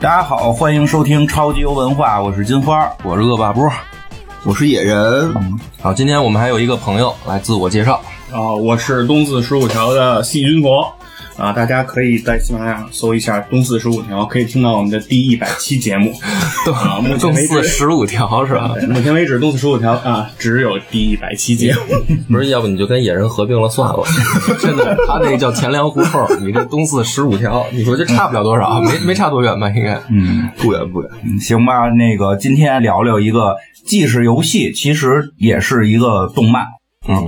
大家好，欢迎收听超级游文化，我是金花。我是恶霸波。我是野人，好，今天我们还有一个朋友来自我介 绍。啊，我是东四十五条的细菌佛啊，大家可以在喜马拉雅搜一下东四十五条，可以听到我们的第一百期节 目。啊，目前共为四止，十五 条是吧？对目前为止东四十五条啊只有第一百期节目。不是，要不你就跟野人合并了算了。 真的，他那叫钱粮胡同，你这东四十五条，你说这差不了 多少，没没差多远吧？应该。嗯，不远不远。行吧，那个今天聊聊一个既是游戏，其实也是一个动漫。嗯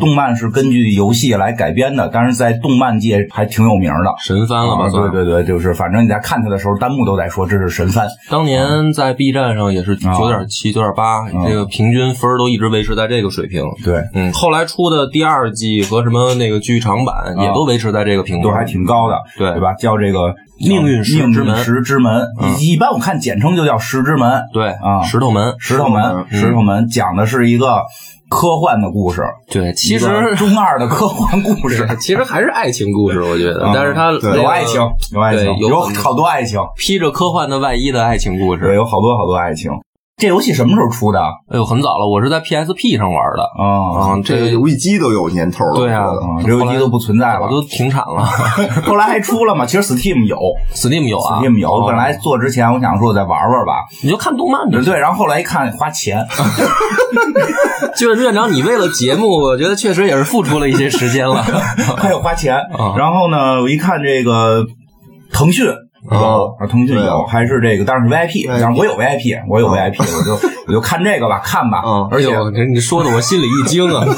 动漫是根据游戏来改编的，但是在动漫界还挺有名的。神番了吧？啊，算对。对对，就是反正你在看它的时候，弹幕都在说这是神番。当年在 B 站上也是九点七、九点八，嗯这个平均分儿都一直维持在这个水平。对，嗯，后来出的第二季和什么那个剧场版也都维持在这个平啊都均，还挺高的，对对吧？叫这个命运石命之运门嗯石之门，一一般我看简称就叫石之门，对啊石头门，嗯石头门，石头门讲的是一个科幻的故事，对，其一实个中二的科幻故事，其实 还是爱情故事，我觉得嗯，但是它对有爱情，有爱情，对有有很多好多爱情，披着科幻的外衣的爱情故对，事。有好多好多爱情。这游戏什么时候出的？哎呦，很早了，我是在 PSP 上玩的，啊，嗯，这个游戏机都有年头了，对啊我觉得啊，这游戏都不存在我了。都停产了 后来还出了嘛？其实 Steam 有，Steam 有啊，Steam 有。哦我本来做之前，我想说我再玩玩吧，你就看动漫的。嗯对。然后后来一看花 钱，就是院长，你为了节目，我觉得确实也是付出了一些时 间了。还得花钱。啊然后呢，我一看这个腾讯。有啊，腾讯对啊有，还是这个，但是 VIP， VIP 但是我有 VIP，我有 VIP，我就我就看这个吧，看吧嗯，啊而且我你说的我心里一惊啊！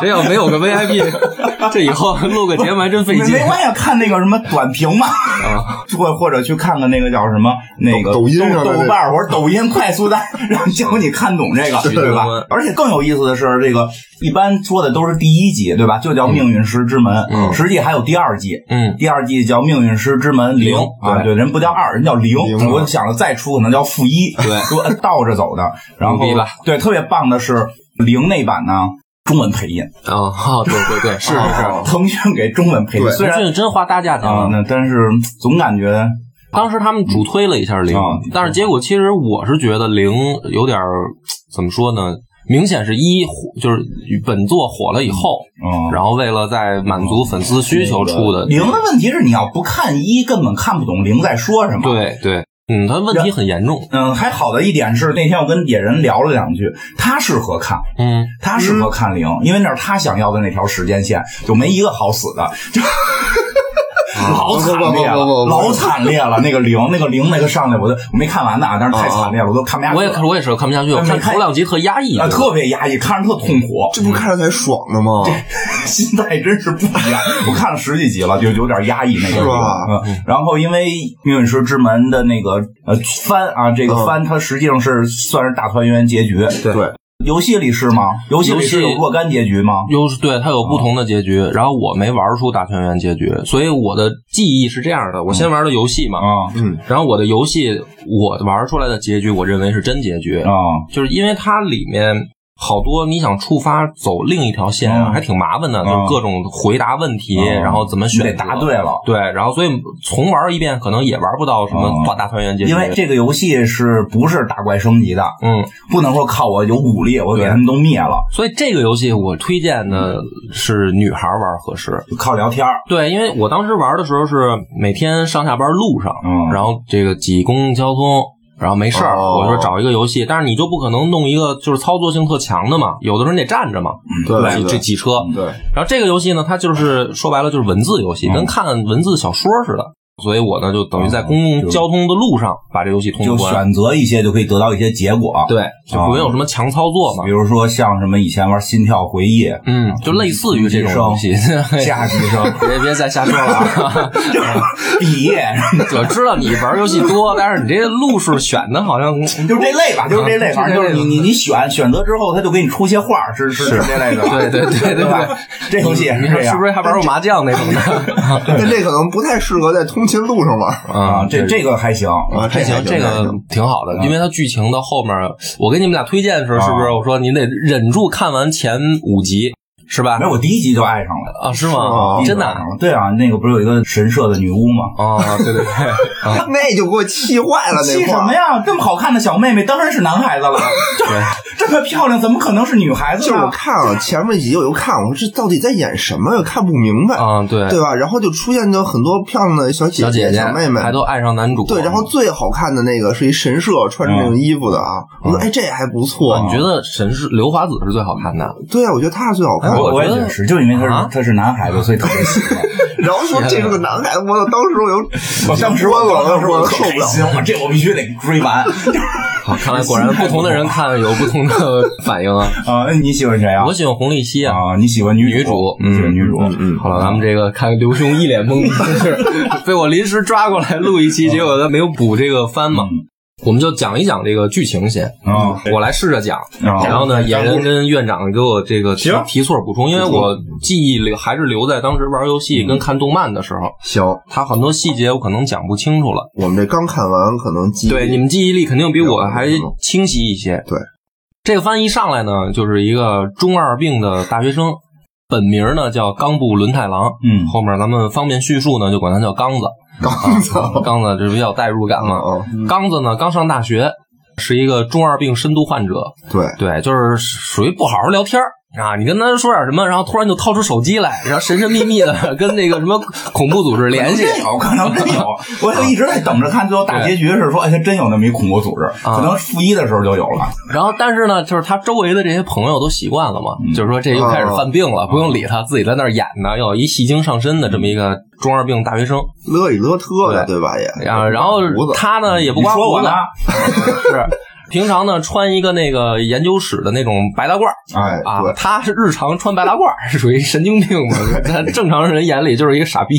这要没有个 VIP，这以后录个节目还真费没劲啊没。关系，看那个什么短评嘛， 或或者去看看那个叫什么那个抖抖音上的豆那个豆瓣儿或者抖音快速带，然后教你看懂这个，对对吧对？而且更有意思的是，这个一般说的都是第一集，对吧？就叫《命运石之门》，嗯实际还有第二季。嗯，第二季叫《命运石之门零零》啊，对，人不叫二，人叫零。啊我想着再出可能叫负一，对，说倒着走的。然后牛逼吧对，特别棒的是零那版呢，中文配音，啊，哈对对对，是是是腾讯给中文配音，对哦虽然腾讯真花大价钱啊了，。那但是嗯总感觉当时他们主推了一下零、啊但是结果其实我是觉得零有点儿怎么说呢？明显是一火，就是本作火了以后，嗯然后为了在满足粉丝需求出的。零的问题是你要不看一，根本看不懂零在说什么。，对对，嗯，它问题很严重，嗯，还好的一点是那天我跟野人聊了两句，他适合看，嗯，他适合看零，因为那是他想要的那条时间线，就没一个好死 的，就。老惨烈啊不不不了， 不不老惨烈了！那个零，那个零，那个上来我都我没看完呢，啊但是太惨烈了，我都看不下去了。我也看我也是看不下去，我看头两集特压抑，啊，特别压抑，看着特痛苦。这嗯不是看着才爽的吗？心态真是不一样。我看了十几集了，就有点压抑那个。是吧嗯。然后因为《命运石之门》的那个呃番啊，这个嗯番它实际上是算是大团圆结局。对对，游戏里是吗？游戏里是游有戏若干结局吗？有对它有不同的结局，嗯然后我没玩出大团圆结局，所以我的记忆是这样的：我嗯先玩的游戏嘛，啊嗯，然后我的游戏我玩出来的结局，我认为是真结局，啊就是因为它里面好多你想触发走另一条线啊，嗯还挺麻烦的，就是各种回答问题，嗯然后怎么你得选择答对。了。对，然后所以重玩一遍可能也玩不到什么嗯大大团圆结局，因为这个游戏是不是打怪升级的？嗯，不能说靠我有武力，我给他们都灭了，所以这个游戏我推荐的是女孩玩合适。就靠聊天儿。对，因为我当时玩的时候是每天上下班路上，嗯然后这个挤公共交通，然后没事儿，哦我就找一个游戏，但是你就不可能弄一个就是操作性特强的嘛，有的时候你得站着嘛，对挤这对挤车。对，然后这个游戏呢，它就是说白了就是文字游戏，跟看文字小说似的。所以我呢就等于在公共交通的路上把这游戏通就关，选择一些就可以得到一些结果，啊对，就不会有什么强操作嘛哦比。如说像什么以前玩《心跳回忆》嗯，就类似于这种游戏。 下级生 别别再瞎说了啊！毕业， 我知道你玩游戏多，但是你这路数选的好像就是这类吧，就是这类，反正就是你你你选选择之后，他就给你出些画，是是是这类的吧，对对对对对吧，这游戏也嗯你是说这是样 不。是还玩过麻将那种的？但这可能不太适合在通亲路上玩儿啊，这这个还行，啊，还行，这 这还个行挺好的，因为它剧情到后面，我给你们俩推荐的时候，是不是啊我说您得忍住看完前五集，是吧没？有，我第一集就爱上了，啊，是是吗？第真的吗一集就爱啊？上了对啊，那个不是有一个神社的女巫吗？啊对对对，啊，那就给我气坏了，气那什话么呀？这么好看的小妹妹，当然是男孩子 了。这这么漂亮，怎么可能是女孩子就是我呢？看了前面几集，我就看，我说这到底在演什么呀？看不明白，啊，对，对吧？然后就出现了很多漂亮的小姐小姐嗯姐小妹妹，还都爱上男主，对。然后最好看的那个是一神社穿着那种衣服的啊，我说哎，这还不错嗯啊，你觉得沈是刘华子是最好看的？对啊，我觉得他是最好看哎的。我我觉也得也是，就因为他啊是他是男孩子，所以特别喜 欢。然后说这是个男孩子，我当时我就，我当时我我当时我我特受开不了。心，我这我必须得追完。好，看来果然不同的人看有不同的反应啊。 啊，那你喜欢谁啊我？喜欢红利希啊。啊，你喜欢女女主你喜欢女主。嗯，好了，咱们这个看刘兄一脸懵逼，就是被我临时抓过来录一期，结果他没有补这个番嘛嗯。嗯我们就讲一讲这个剧情先，啊嗯我来试着讲。啊然后呢，野人跟院长给我这个提行提错补嗯充，因为我记忆里还是留在当时玩游戏跟看动漫的时候，行，他很多细节我可能讲不清楚了。我们这刚看完，可能记忆对，你们记忆力肯定比我还清晰一些。对，这个番一上来呢，就是一个中二病的大学生，本名呢叫冈部伦太郎，嗯后面咱们方便叙述呢，就管他叫 刚子。啊刚才刚子这比较有代入感嘛。啊，刚子呢，刚上大学，是一个中二病深度患者，对，对，就是属于不好好聊天儿啊，你跟他说点什么，然后突然就掏出手机来，然后神神秘秘的 跟那个什么恐怖组织联系。真有可能真 有，我就一直在等着看最后大结局是说，哎，他真有那么一恐怖组织，啊可能负一的时候就有了。然后，但是呢，就是他周围的这些朋友都习惯了嘛，嗯就是说这又开始犯病了，不用理他，自己在那儿演呢，要有一戏精上身的这么一个中二病大学生。乐里乐特的，对吧？也，然后，然后胡子他呢也不你刮说胡我子呢，？ 是平常呢穿一个那个研究室的那种白大褂儿哎，啊对，，他是日常穿白大褂儿，是属于神经病嘛，在正常人眼里就是一个傻逼。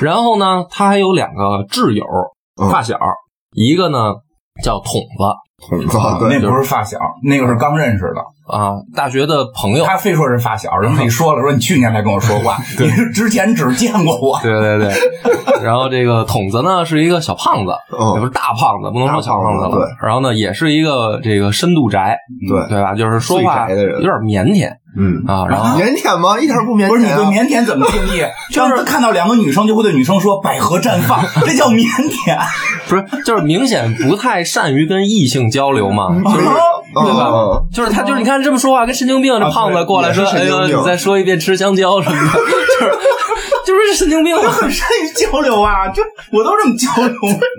然后呢，他还有两个挚友嗯发小，一个呢叫筒子筒子，那对，不是发小，那个是刚认识的。啊，大学的朋友。他非说是发小，然后你说了，说你去年才跟我说 话，你是之前只见过我。对对对， 然后这个筒子呢是一个小胖子，也不嗯，是大胖子，不能说小胖子大胖子了。然后呢，也是一个这个深度宅，对，对吧？就是说话最宅有的人点腼�腆嗯，啊，然后腼腆吗？一点不腼不是你腆对啊。腼腆怎么定 义？就是看到两个女生就会对女生说百合绽 放，这叫腼腆。不是，就是明显不太善于跟异性交流嘛，嗯哦就是对吧 吧？就是他就是你看这么说话跟神经病这啊胖子对过来哦也是说，神哎经呦，病你再说一遍吃香蕉什么的，就是就是神经病啊嘛。很善于交流啊，就我都这么交流。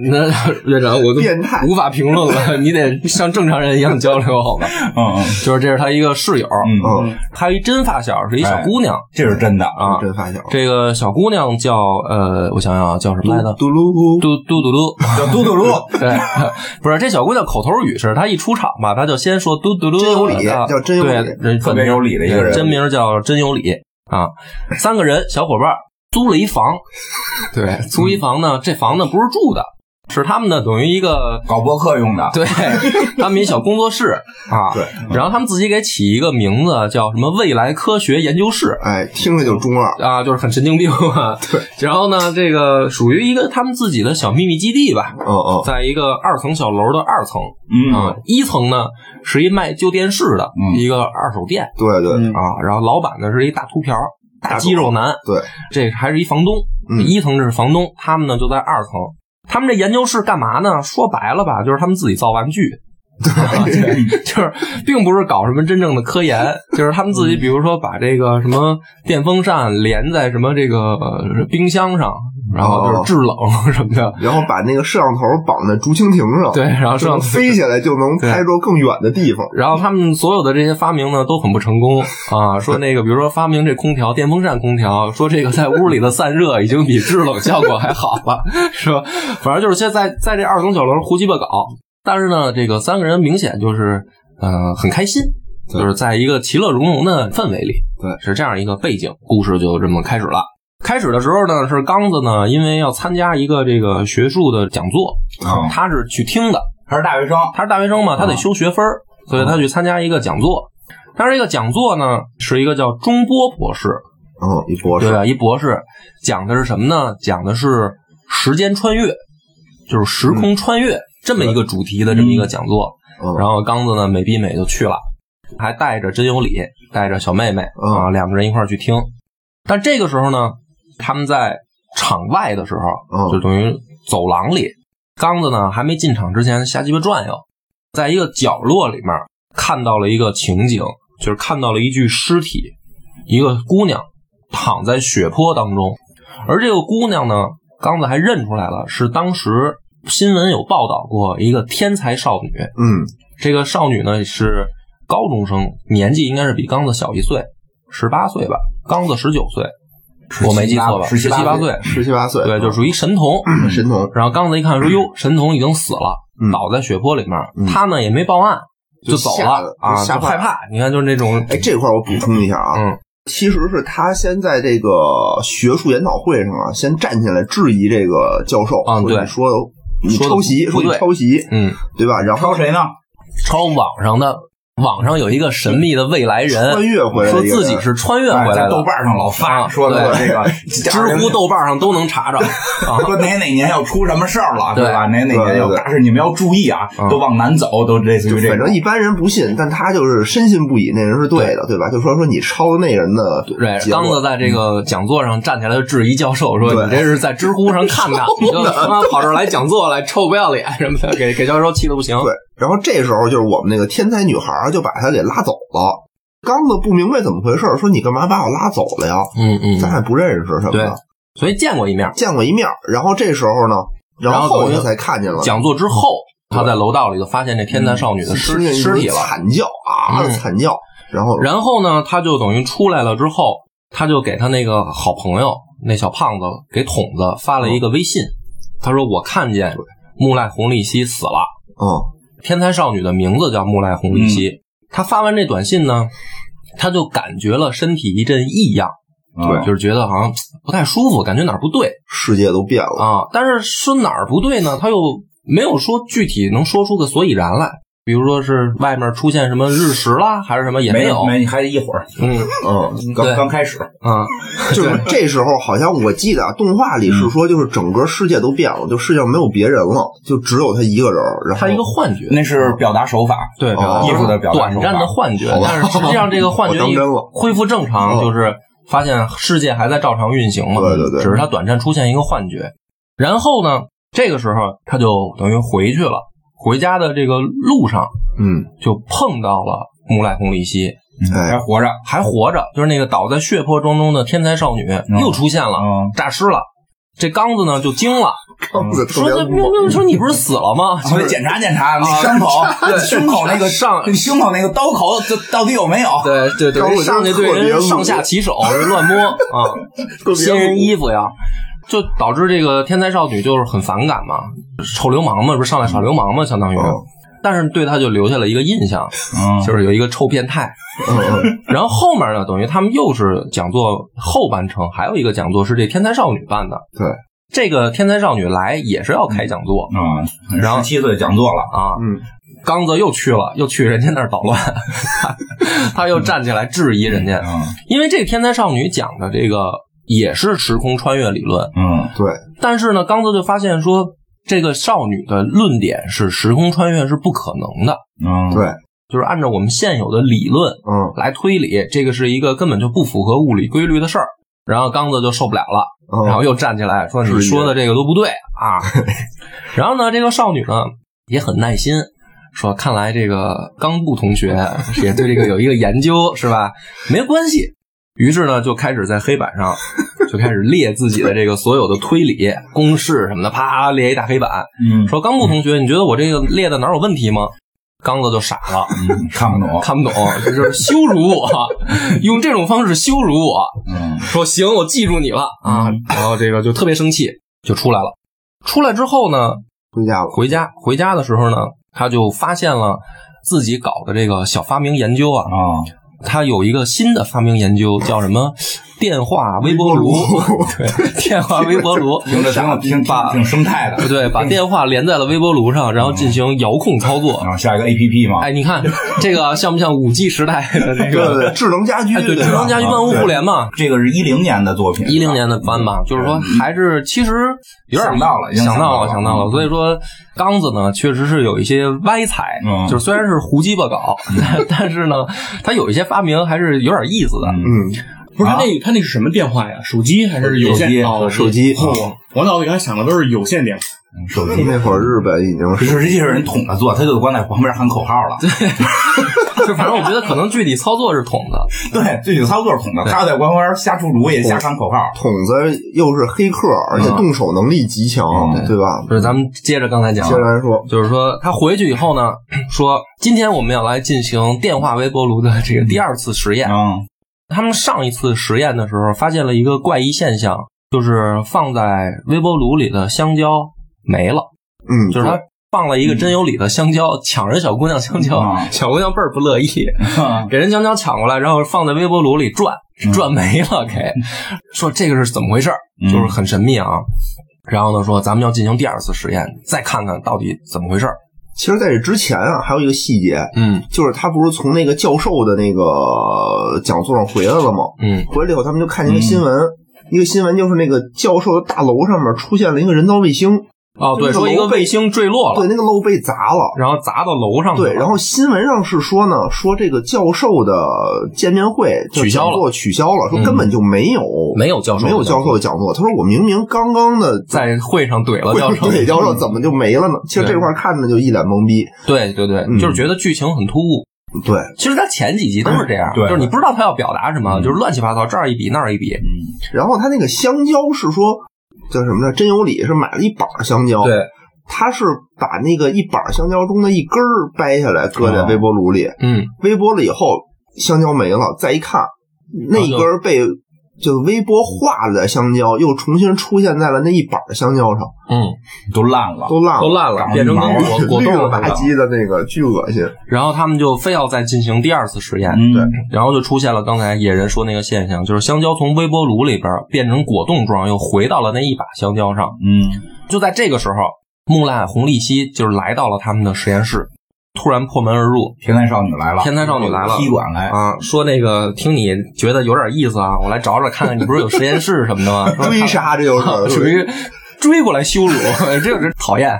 那院长我都变态无法评论了，你得像正常人一样交流好吗？ 嗯就是这是他一个室 友，嗯嗯，嗯，还有一真发小是一哎小姑娘这是真的啊。啊。真发小，这个小姑娘叫呃，我想想啊，叫什么来着？嘟噜嘟嘟嘟嘟， 叫嘟嘟噜， 对，不是这小姑娘口头语是，她一出场吧，她就先说嘟嘟嘟，真有理啊叫真有理对人特别有理的一个人真名叫真有理啊。三个人小伙伴租了 一房，对，租一房呢，这房呢不是住的，是他们的等于一个。搞播客用的。对 他们一小工作室啊，对，然后他们自己给起一个名字叫什么未来科学研究室，哎，听着就中二，啊，就是很神经病啊。对，然后呢，这个属于一个他们自己的小秘密基地吧，嗯嗯，在一个二层小楼的二层嗯啊，一层呢是一卖旧电视的嗯一个二手店对对嗯啊，然后老板呢是一大秃瓢儿。大肌肉男，对，这还是一房东。嗯一层这是房东，他们呢就在二层。他们这研究室干嘛呢？说白了吧，就是他们自己造玩具，对，就是并不是搞什么真正的科研，就是他们自己，比如说把这个什么电风扇连在什么这个呃冰箱上，然后就是制冷什么的，然后把那个摄像头绑在竹蜻蜓上，对，，然后这样上。飞起来就能拍着更远的地方。然后他们所有的这些发明呢都很不成功啊，说那个比如说发明这空调电风扇空调，说这个在屋里的散热已经比制冷效果还好了， 是吧？反正就是现在在这二层小楼胡鸡巴搞，但是呢，这个三个人明显就是呃很开心，对就是在一个其乐融融的氛围里，对，是这样一个背景，故事就这么开始了。开始的时候呢，是刚子呢，因为要参加一个这个学术的讲座，啊，他是去听的，还是大学生，他是大学生嘛，他啊得修学分儿，所以他去参加一个讲座。但是这个讲座呢，是一个叫中波博士，嗯，一博士对，吧？一博士讲的是什么呢？讲的是时间穿越，就是时空穿越、这么一个主题的这么一个讲座。嗯然后刚子呢美必美就去了，还带着真有理，带着小妹妹嗯啊，两个人一块儿去听。但这个时候呢，他们在场外的时候，嗯就等于走廊里，刚子呢还没进场之前瞎鸡巴转悠，在一个角落里面看到了一个情景，就是看到了一具尸体，一个姑娘躺在血泊当中，而这个姑娘呢，刚子还认出来了，是当时新闻有报道过一个天才少女，嗯这个少女呢是高中生，年纪应该是比刚子小一岁，十八岁吧，刚子十九岁，我没记错吧？十七七八八岁，十七八岁，对，就属于神童。嗯神童，然后刚子一 看说：“哟，神童已经死了，嗯倒在血泊里面。嗯他呢也没报案，就走吓得了啊，吓就坏害了怕。你看，就是那种哎，这块儿我补充一下啊，嗯其实是他先在这个学术研讨会上啊，先站起来质疑这个教授，嗯说对你说你说得抄袭，不说你对抄袭，嗯，对吧？然后抄谁呢？超网上的网上有一个神秘的未来人穿越回来的说一个人自己是穿越哎回来在的，豆瓣上老发啊说的对这个 知乎、豆瓣上都能查着。啊说哪哪年要出什么事儿了，对对吧？哪哪对年对要，对但是你们要注意啊嗯，都往南走，都类似于这反正种。一般人不信，但他就是深信不疑，那人是对的，对吧？就说说你抄那人的对，结刚子果，嗯在这个讲座上站起来质疑教授说：“对你这是在知乎上看 的，你就他妈跑这儿来讲座来，臭不要脸什么的，给给教授气的不行。对，然后这时候就是我们那个天才女孩儿就把他给拉走了。刚子不明白怎么回事儿，说你干嘛把我拉走了呀？”嗯咱嗯，俩不认识什么对的，，所以见过一面。见过一面儿。然后这时候呢，然然后后等于他才看见了，讲座之后，他在楼道里就发现这天才少女的尸听见一尸声体了。惨叫啊，嗯惨叫。然后然后呢，他就等于出来了之后，他就给他那个好朋友那小胖子给筒子发了一个微信，他说：“我看见木赖红利希死了。”嗯，天才少女的名字叫木赖红嗯利希。她发完这短信呢，她就感觉了身体一阵异样，嗯就是觉得好像嘖不太舒服，感觉哪儿不对世界都变了。啊。但是说哪儿不对呢，她又没有说具体能说出个所以然来。比如说是外面出现什么日食啦，还是什么也没有。没，还一会儿，嗯嗯，刚对刚开始，啊，就是这时候好像我记得啊，动画里是说，就是整个世界都变了，就世界上没有别人了，就只有他一个人儿。然她后一个幻觉。那是表达手法。对，哦艺术的表达短暂的幻觉，好吧但是实际上这个幻觉我当一真了恢复正常，哦就是发现世界还在照常运行嘛。对对对只是它短暂出现一个幻觉。然后呢，这个时候他就等于回去了，回家的这个路上嗯，就碰到了木赖红利希，还哦哎，活着，还活着，就是那个倒在血泊当中的天才少女又出现了，嗯，诈尸了。这刚子呢就惊了，刚子特说别这猛，说你不是死了吗？我们检查检查那伤口， 胸口那个上胸口那个刀口这到底有没有？ 对对高对，冷上去对特别人恶上下其手， 人乱摸啊，特别掀人猛衣服呀，就导致这个天才少女就是很反感嘛，臭流氓嘛，不是上来耍流氓嘛，相当于嗯。但是对他就留下了一个印象，嗯就是有一个臭变态。嗯嗯然后后面呢，等于他们又是讲座后半程，还有一个讲座是这天才少女办的。对，这个天才少女来也是要开讲座嗯，然后十七岁讲座了，啊，嗯，刚子又去了，又去人家那儿捣乱，他又站起来质疑人家，嗯因为这个天才少女讲的这个也是时空穿越理论，嗯对，但是呢，刚子就发现说，这个少女的论点是时空穿越是不可能的，嗯，对，就是按照我们现有的理论嗯来推理，这个是一个根本就不符合物理规律的事儿。然后刚子就受不了了，然后嗯，又站起来说：“是你的说的这个都不对啊！”然后呢，这个少女呢也很耐心，说：“看来这个冈部同学也对这个有一个研究，是吧？没关系。”于是呢，就开始在黑板上就开始列自己的这个所有的推理公式什么的，啪列一大黑板，嗯，说：“冈部同学，你觉得我这个列的哪儿有问题吗？”刚子就傻了，嗯看不懂， 看不懂，这就是羞辱我，用这种方式羞辱我。嗯说行，我记住你了啊。然后这个就特别生气，就出来了。出来之后呢，回家了，回家回家的时候呢，他就发现了自己搞的这个小发明研究啊，啊，他有一个新的发明研究叫什么电话微波炉，对，电话微波炉，听着挺有挺挺把挺生态的。对，把电话连在了微波炉上，然后进行遥控操作。然后下一个 A P P 嘛，哎，你看这个像不像五 G 时代的这对个？对对，智能家居，哎，对，吧智能家居万物互联嘛，这个是一零年的作品，啊一零年的番吧，就是说还是其实有嗯点想到了已经想到想到了想到嗯了。所以说，刚子呢确实是有一些歪才嗯，就是虽然是胡鸡巴搞，但 但是呢，他有一些发明还是有点意思的。 嗯嗯，不是啊他那他那是什么电话呀？手机还是有手机线？哦，手机啊哦，我脑子里刚才想的都是有线电话。嗯手机。那会儿日本已经就是是这些人捅着做，他就光在旁边喊口号了。就反正我觉得可能具体操作是捅的，对，最起操作是捅的，他在光边瞎出主意，瞎喊口号。筒子又是黑客，而嗯且动手能力极强，嗯对吧？就是咱们接着刚才讲啊接，着来说，就是说他回去以后呢， 说今天我们要来进行电话微波炉的这个第二次实验。嗯他们上一次实验的时候发现了一个怪异现象，就是放在微波炉里的香蕉没了，嗯，就是他放了一个真有理的香蕉，抢人小姑娘香蕉嗯， 小姑娘倍儿不乐意，给人香蕉抢过来，然后放在微波炉里转嗯，转没了，给说这个是怎么回事儿？嗯就是很神秘啊。然后呢，说咱们要进行第二次实验，再看看到底怎么回事儿。其实在这之前啊，还有一个细节，嗯就是他不是从那个教授的那个讲座上回来了吗？嗯，回来以后，他们就看见一个新闻，一个新闻就是那个教授的大楼上面出现了一个人造卫星，哦对，说一个卫星坠落对，了，那个楼被砸了。然后砸到楼上去了。对，然后新闻上是说呢，说这个教授的见面会就取消了嗯讲座取消了，说根本就没有、没有教授，没有教授的讲座。他说我明明刚刚的在会上怼了教授，对教授怎么就没了呢？其实这块看着就一脸懵逼。对对对嗯就是觉得剧情很突兀。对，其实他前几集都是这样，对就是你不知道他要表达什么，就是乱七八糟，这儿一笔那儿一笔。嗯，然后他那个香蕉是说叫什么呢？真有理是买了一把香蕉，，对，他是把那个一把香蕉中的一根儿掰下来，搁在微波炉里，嗯，微波了以后香蕉没了，再一看那啊一根儿被。就是微波化了的香蕉，又重新出现在了那一把香蕉上，嗯，都烂了。都烂都了，烂了，变成跟果果绿冻了似 吧的。唧的那个，巨恶心。然后他们就非要再进行第二次实验，嗯，对然后就出现了刚才野人说那个现象，就是香蕉从微波炉里边变成果冻状，又回到了那一把香蕉上。嗯，就在这个时候，木兰红利希就是来到了他们的实验室，突然破门而入，天才少女来了，天才少女来了踢馆来，啊，说那个听你觉得有点意思啊，我来找找看看，你不是有实验室什么的吗？ 追杀这就是说啊属于追过来羞辱， 这有点讨厌。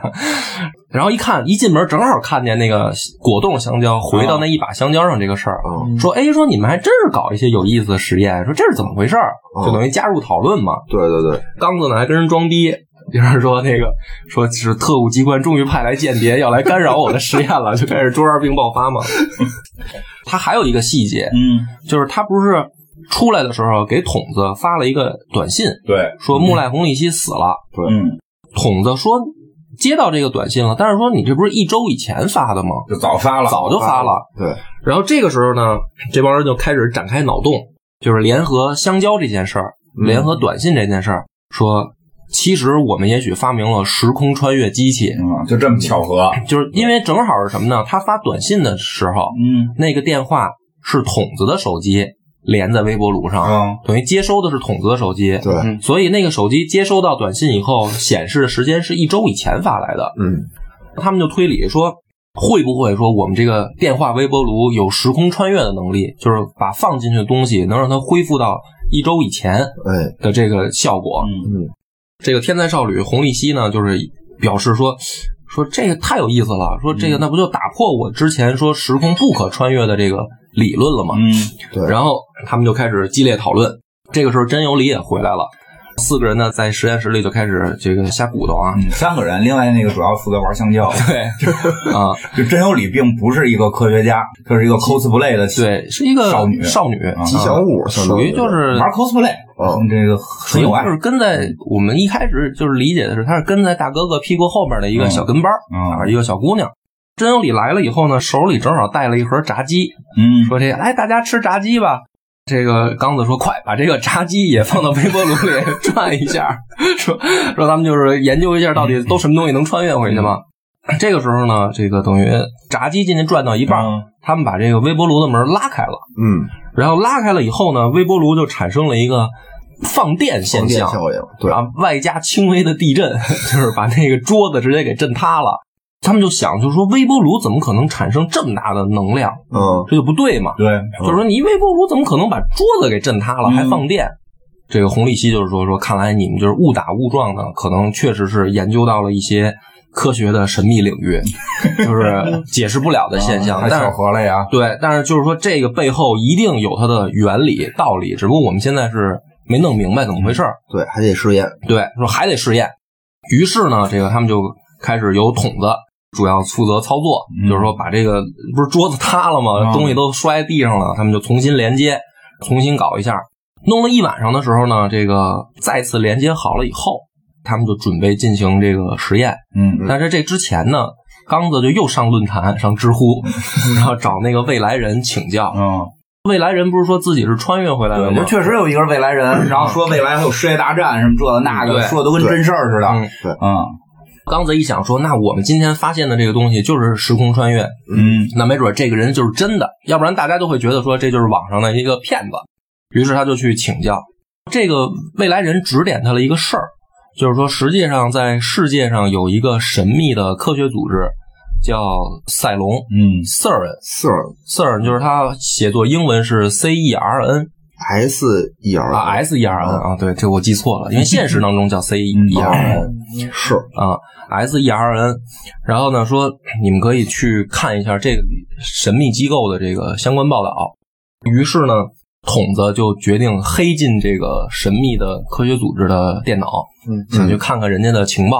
然后一看，一进门正好看见那个果冻香蕉回到那一把香蕉上这个事儿，嗯说哎，说你们还真是搞一些有意思的实验，说这是怎么回事儿？嗯就等于加入讨论嘛。对对对，刚子呢还跟人装逼，就是说那个说是特务机关终于派来间谍要来干扰我的实验了，就开始中二病爆发嘛。他还有一个细节，嗯，就是他不是出来的时候给筒子发了一个短信，对，说木赖红利希死了。嗯，筒子说接到这个短信了，但是说你这不是一周以前发的吗？就早发了，早就发了。对，然后这个时候呢，这帮人就开始展开脑洞，就是联合香蕉这件事儿，嗯联合短信这件事儿，说其实我们也许发明了时空穿越机器，嗯，就这么巧合，就是因为正好是什么呢？他发短信的时候，嗯那个电话是筒子的手机连在微波炉上，嗯，等于接收的是筒子的手机。对，嗯所以那个手机接收到短信以后，显示的时间是一周以前发来的。嗯，他们就推理说，会不会说我们这个电话微波炉有时空穿越的能力，就是把放进去的东西能让它恢复到一周以前哎，的这个效果？嗯这个天才少女红利希呢，就是表示说。说这个太有意思了，说嗯这个那不就打破我之前说时空不可穿越的这个理论了吗？嗯，对，然后他们就开始激烈讨论。这个时候，真由里也回来了，四个人呢在实验室里就开始这个瞎鼓捣啊，嗯三个人，另外那个主要负责玩香蕉。 对啊，就真有理，并不是一个科学家，他是一个 cosplay 的，，对，是一个少女少女啊吉祥物啊相当属于于就是玩 cosplay，嗯嗯，这个属很于有爱就，是跟在我们一开始就是理解的是，她是跟在大哥哥屁股后面的一个小跟班儿啊，嗯一个小姑娘。真由里来了以后呢，手里正好带了一盒炸鸡，嗯，说这哎，大家吃炸鸡吧。这个刚子说：“快把这个炸鸡也放到微波炉里 转一下。”说说咱们就是研究一下到底都什么东西能穿越回去嘛。这个时候呢，这个等于炸鸡进去转到一半儿，嗯他们把这个微波炉的门拉开了，嗯，然后拉开了以后呢，微波炉就产生了一个放电现放电象，效应，对，啊，外加轻微的地震， 就是把那个桌子直接给震塌了。他们就想，就是说微波炉怎么可能产生这么大的能量？嗯，这就不对嘛。对，就是说，你微波炉怎么可能把桌子给震塌了，嗯还放电？这个洪立希就是说说，看来你们就是误打误撞的，可能确实是研究到了一些科学的神秘领域，就是解释不了的现 象。啊太但是巧合了呀。对，但是就是说这个背后一定有它的原理道理，只不过我们现在是没弄明白怎么回事儿。对，还得实验，对，说还得试验。于是呢，这个他们就开始由筒子主要负责操作，嗯就是说把这个不是桌子塌了吗？嗯东西都摔地上了，他们就重新连接，重新搞一下。弄了一晚上的时候呢，这个再次连接好了以后，他们就准备进行这个实验。嗯，但是这之前呢，刚子就又上论坛、上知 乎，然后找那个未来人请教。嗯，未来人不是说自己是穿越回来的对，吗就？确实有一个未来人，然后说未来还有世界大战什么这个那个，对说的都跟真事儿似的。嗯嗯刚子一想说，那我们今天发现的这个东西就是时空穿越，嗯那没准这个人就是真的，要不然大家就会觉得说这就是网上的一个骗子。于是他就去请教这个未来人，指点他了一个事儿，就是说实际上在世界上有一个神秘的科学组织叫赛隆嗯 CERN，CERN 四儿就是它写作英文是 C E R N S E 啊 R S E R N 啊，对，这我记错了，因为现实当中叫 C E R N。 嗯是，啊，S E R N，然后呢说你们可以去看一下这个神秘机构的这个相关报道。于是呢，筒子就决定黑进这个神秘的科学组织的电脑，嗯想去看看人家的情报。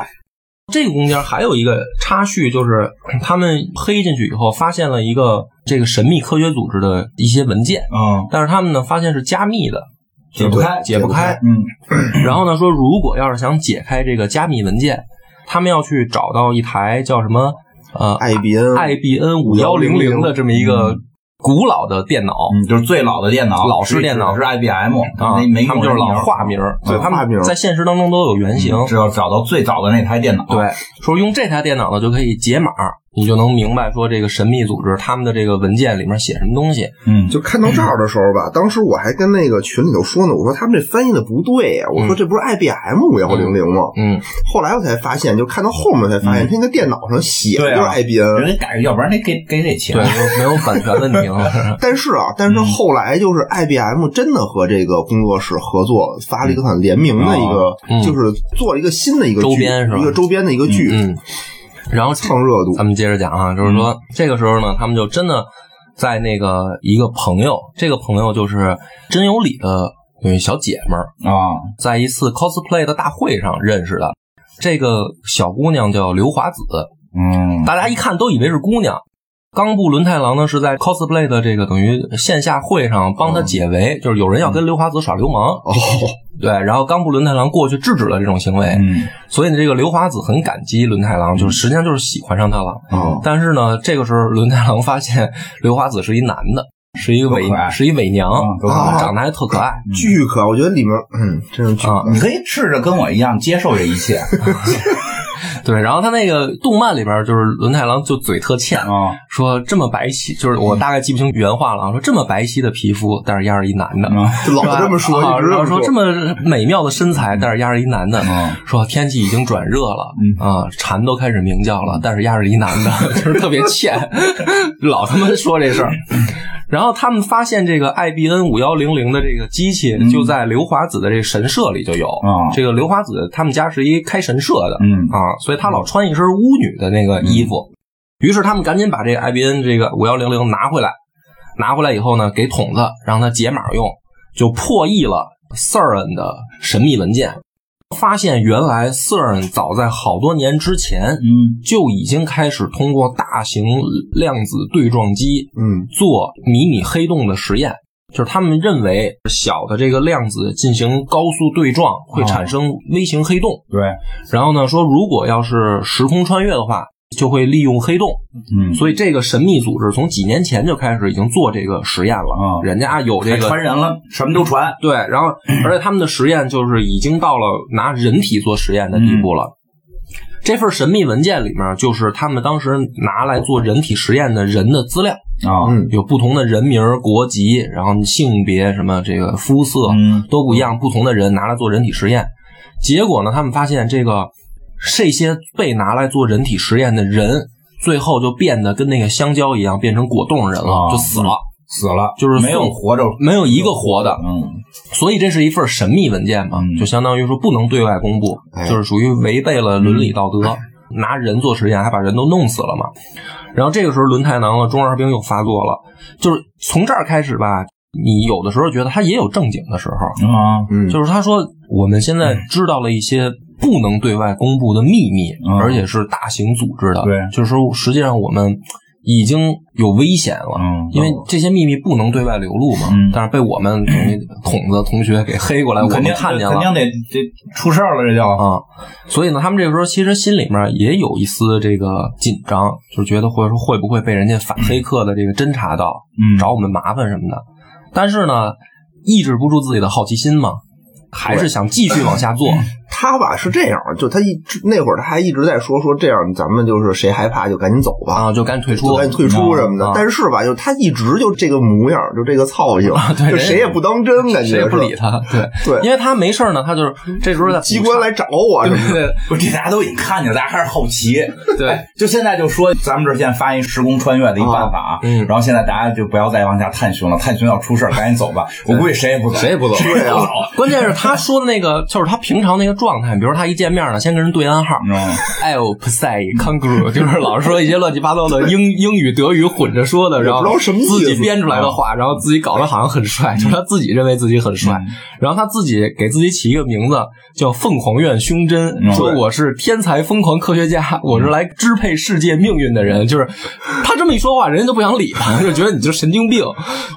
这个中间还有一个插叙，就是他们黑进去以后，发现了一个这个神秘科学组织的一些文件，嗯，但是他们呢发现是加密的，解不开，解不开。嗯然后呢，说如果要是想解开这个加密文件，他们要去找到一台叫什么呃嗯艾比恩， IBN 五幺零零的这么一个古老的电脑嗯，就是最老的电脑，老式电脑是 IBM，啊，没没他用们就是老化名名儿，嗯对他化名们儿在现实当中都有原型。嗯只要找到最早的那台电脑。对，说用这台电脑呢就可以解码，你就能明白说这个神秘组织他们的这个文件里面写什么东西。嗯，就看到这儿的时候吧，当时我还跟那个群里头说呢，我说他们这翻译的不对呀，我说这不是 IBM 五幺零零吗？嗯，后来我才发现，就看到后面才发现，他那个电脑上写的对就是啊 IBM。嗯人家改，要不然得给给这钱对，。没有版权问题 了。但是啊，但是嗯后来就是 IBM 真的和这个工作室合作，发了一个很联名的一个，嗯就是做了一个新的一个剧周边是吧一个周边的一个剧，嗯，然后这蹭热度。咱们接着讲啊，就是说、这个时候呢，他们就真的在那个一个朋友，这个朋友就是真有理的有一小姐们儿，啊，在一次 cosplay 的大会上认识的。这个小姑娘叫刘华子，嗯，大家一看都以为是姑娘。冈部伦太郎呢是在 cosplay 的这个等于线下会上帮他解围，就是有人要跟刘华子耍流氓，哦，对，然后冈部伦太郎过去制止了这种行为，嗯所以呢，这个刘华子很感激伦太郎，就是实际上就是喜欢上他了。哦但是呢，这个时候伦太郎发现刘华子是一男 的，是一个伪多可爱是一伪娘，啊嗯多可嗯爱长得还特可爱。巨可，我觉得里面，嗯，真是巨可嗯啊，你可以试着跟我一样接受这一 切对，然后他那个动漫里边就是伦太郎就嘴特欠，啊，说这么白皙，就是我大概记不清原话了，啊，说这么白皙的皮肤，但是丫是一男的，嗯就老这么说，啊一直然后说说这么美妙的身材，但是丫是一男的，嗯说天气已经转热了，嗯啊，蝉都开始鸣叫了，但是丫是一男的，就是特别欠， 老他妈说这事儿。然后他们发现这个 IBN 五幺零零的这个机器就在刘华子的这个神社里就有，嗯这个刘华子他们家是一开神社的，嗯啊，所以他老穿一身巫女的那个衣服。于是他们赶紧把这个 IBN 这个五幺零零拿回来，拿回来以后呢，给筒子让他解码用，就破译了 CERN 的神秘文件，发现原来 CERN 早在好多年之前嗯就已经开始通过大型量子对撞机嗯做迷你黑洞的实验。就是他们认为小的这个量子进行高速对撞会产生微型黑洞，对，然后呢，说如果要是时空穿越的话，就会利用黑洞。嗯，所以这个神秘组织从几年前就开始已经做这个实验了，啊人家有这还个传人了，什么都传，对，然 嗯后而且他们的实验就是已经到了拿人体做实验的地步了。这份神秘文件里面，就是他们当时拿来做人体实验的人的资料，啊，嗯有不同的人名、国籍，然后性别什么这个肤色、嗯都不一样，不同的人拿来做人体实验。结果呢，他们发现这个这些被拿来做人体实验的人，最后就变得跟那个香蕉一样，变成果冻人了，啊就死了，死了，就是没有送活着，没有一个活的。嗯，所以这是一份神秘文件嘛，嗯就相当于说不能对外公布，哎就是属于违背了伦理道德，拿人做实验还把人都弄死了嘛。然后这个时候轮太郎的中二病又发作了，就是从这儿开始吧，你有的时候觉得他也有正经的时候，啊，嗯，就是他说我们现在知道了一些不能对外公布的秘密，嗯而且是大型组织的，对就是说实际上我们已经有危险了，嗯因为这些秘密不能对外流露嘛，嗯但是被我们等于孔子同学给黑过来，我肯们定看见肯了定得得出事儿了，这就啊，所以呢，他们这个时候其实心里面也有一丝这个紧张，就是觉得或者说会不会被人家反黑客的这个侦查到，嗯找我们麻烦什么的，但是呢，抑制不住自己的好奇心嘛，还是想继续往下嗯做，他吧是这样，就他一直那会儿他还一直在说说这样，咱们就是谁害怕就赶紧走吧，啊，就赶紧退出，就赶紧退出什么啊的。但是吧，就他一直就这个模样，就这个操性，啊对就谁也不当真，感觉谁也不是理他，对对因为他没事儿呢，他就是这时候在机关来找我什对么的。对对不是，这大家都已经看见，大家还是好奇。哎对，就现在就说，咱们这儿现在发一时空穿越的一办法啊，嗯然后现在大家就不要再往下探寻了，探寻要出事儿，赶紧走 吧。我估计谁也不走，谁也不走啊谁也不走。关键是他说的那个，就是他平常那个状态，比如他一见面呢，先跟人对暗号你知道吗？ ，I o p s a i kangaroo，就是 老是说一些乱七八糟的英英语德语混着说的，然也不知后道什么意思啊嗯自己编出来的话，然后自己搞得好像很帅，就是他自己认为自己很帅，然后他自己给自己起一个名字叫凤凰院胸针嗯，说我是天才疯狂科学嗯家，我是来支配世界命运的人，就是他这么一说话，人家就不想理 他，就觉得你就是神经病，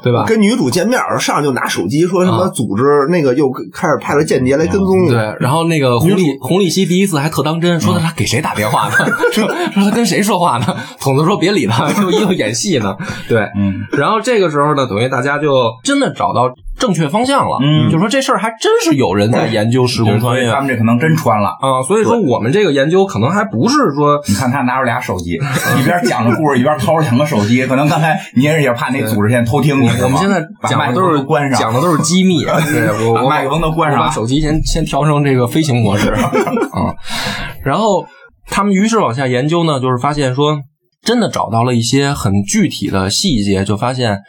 对吧？跟女主见面上来就拿手机说什么啊组织那个又开始派了间谍来跟踪我，对，然后那个红利红利希第一次还特当真，说他给谁打电话呢？ 说说他跟谁说话呢？ 筒子说别理他，说又演戏呢。对，嗯然后这个时候呢，等于大家就真的找到正确方向了，嗯就说这事儿还真是有人在研究时空穿越所以他啊、们这可能真穿了。所以说我们这个研究可能还不是说。你看他拿着俩手机，一边讲着故事，一边掏着两个手机。可能刚才你也是也怕那组织现在偷听你，是吗我们现在把讲麦的克都风是关上，讲的都是机密。啊 对，我把我麦克风都关上我啊把手机先先调成这个飞行模 式啊、然后他们于是往下研究呢，就是发现说，真的找到了一些很具体的细节，就发现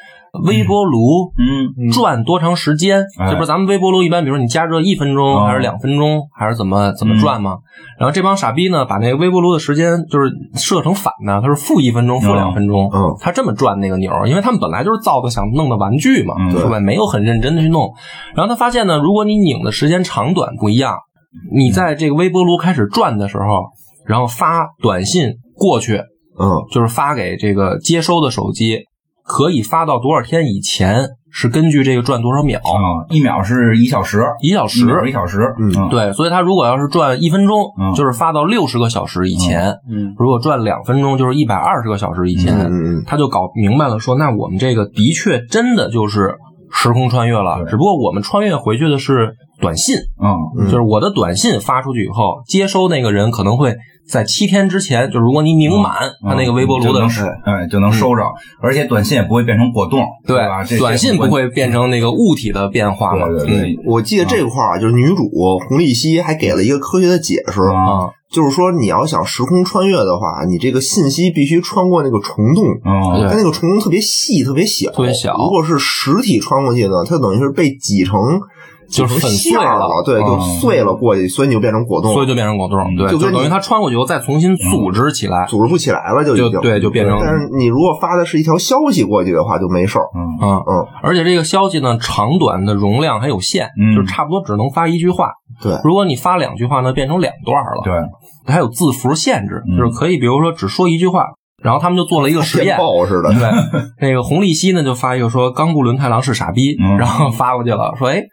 微波炉。嗯转多长时间？哎这不是咱们微波炉一般，比如说你加热一分钟，哦还是两分钟，还是怎嗯么怎么转吗？然后这帮傻逼呢，把那个微波炉的时间就是设成反的，它是负一分钟、负两分钟，嗯他这么转那个钮儿，因为他们本来就是造的想弄的玩具嘛，嗯是吧？没有很认真的去弄。然后他发现呢，如果你拧的时间长短不一样，你在这个微波炉开始转的时候，然后发短信过去，嗯，就是发给这个接收的手机，可以发到多少天以前，是根据这个转多少秒，啊，一秒是一小时，一小时一。秒是一小时，嗯嗯，对，所以他如果要是转一分钟，嗯就是发到六十个小时以前；嗯，如果转两分钟，就是一百二十个小时以前。嗯嗯他就搞明白了说，那我们这个的确真的就是时空穿越了，对只不过我们穿越回去的是短信，嗯嗯就是我的短信发出去以后，接收那个人可能会在七天之前，就如果你拧满他那个微波炉嗯就的嗯能。收哎就能收着，而且短信也不会变成果冻，对吧？这，短信不，会变成那个物体的变化嘛？对对对嗯，我记得这块儿啊，就是女主红丽希还给了一个科学的解释，啊，啊，就是说你要想时空穿越的话，你这个信息必须穿过那个虫洞，嗯啊对它那个虫洞特别细，特别小，特别小如果是实体穿过去呢，它等于是被挤成就是粉碎挤成馅儿了了，对，嗯就碎了过去，所以你就变成果冻，所以就变成果嗯冻，对，就跟就等于你他穿过去以后再重新组织起来，组织不起来了，就已就经对，就变成但是你如果发的是一条消息过去的话，就没事儿。嗯嗯，嗯，而且这个消息呢，长短的容量还有限，嗯就是差不多只能发一句话。对如果你发两句话呢，变成两段了。对，还有字符限制，嗯就是可以，比如说只说一句话。然后他们就做了一个实电验，嗯报似的，对，那个红利希呢就发一个说冈部伦太郎是傻逼，嗯然后发过去了，说哎，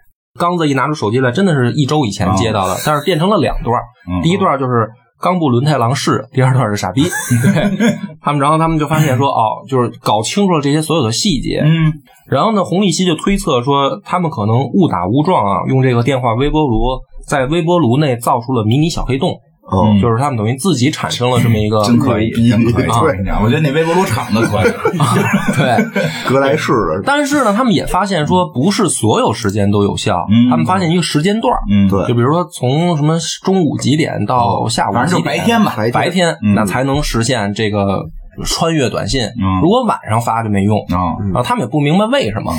刚子一拿出手机来，真的是一周以啊前接到的，但是变成了两段，嗯第一段就是冈部伦太郎是，第二段是傻 逼，对他们，然后他们就发现说哦，就是搞清楚了这些所有的细节，嗯然后呢，红利希就推测说，他们可能误打误撞啊，用这个电话微波炉在微波炉内造出了迷你小黑洞，嗯就是他们等于自己产生了这么一个真可以，真可以！啊我跟你讲，我觉得那微波炉厂子可 以，对，格莱仕的，但是呢，他们也发现说，不是所有时间都有效，嗯他们发现一个时间段儿，嗯，对就比如说从什么中午几点到下午反正就几点，白天吧，白白天嗯那才能实现这个穿越短信。嗯如果晚上发就没用啊，啊，他们也不明白为什么。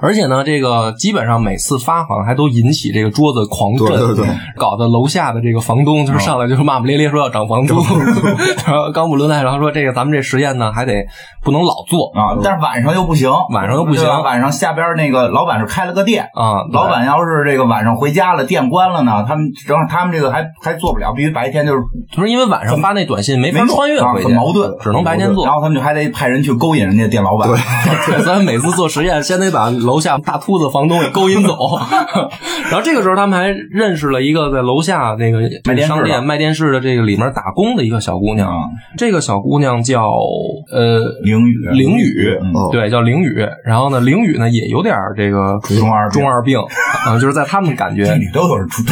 而且呢，这个基本上每次发好像还都引起这个桌子狂震，对对对搞得楼下的这个房东就是上来就是骂骂咧咧说要涨房租， 然后刚不伦奈，然后说这个咱们这实验呢还得不能老做啊，但是晚上又不行，晚上又不行对吧晚上下边那个老板是开了个店，啊，对老板要是这个晚上回家了，店关了呢，他们正好他们这个还还做不了，必须白天就是就是因为晚上发那短信没法没穿越啊回去，很矛盾，只能白天做然。后他们就还得派人去勾引人家店老板， 对，所以每次做实验，先得把楼下大秃子房东给勾引走。 然后这个时候，他们还认识了一个在楼下那个卖电视的商店卖电视的这个里面打工的一个小姑娘。啊，这个小姑娘叫呃淋雨，凌雨，嗯哦对，叫凌雨。然后呢，凌雨呢也有点儿这个中二病中二病啊、就是在他们感觉这里都有是中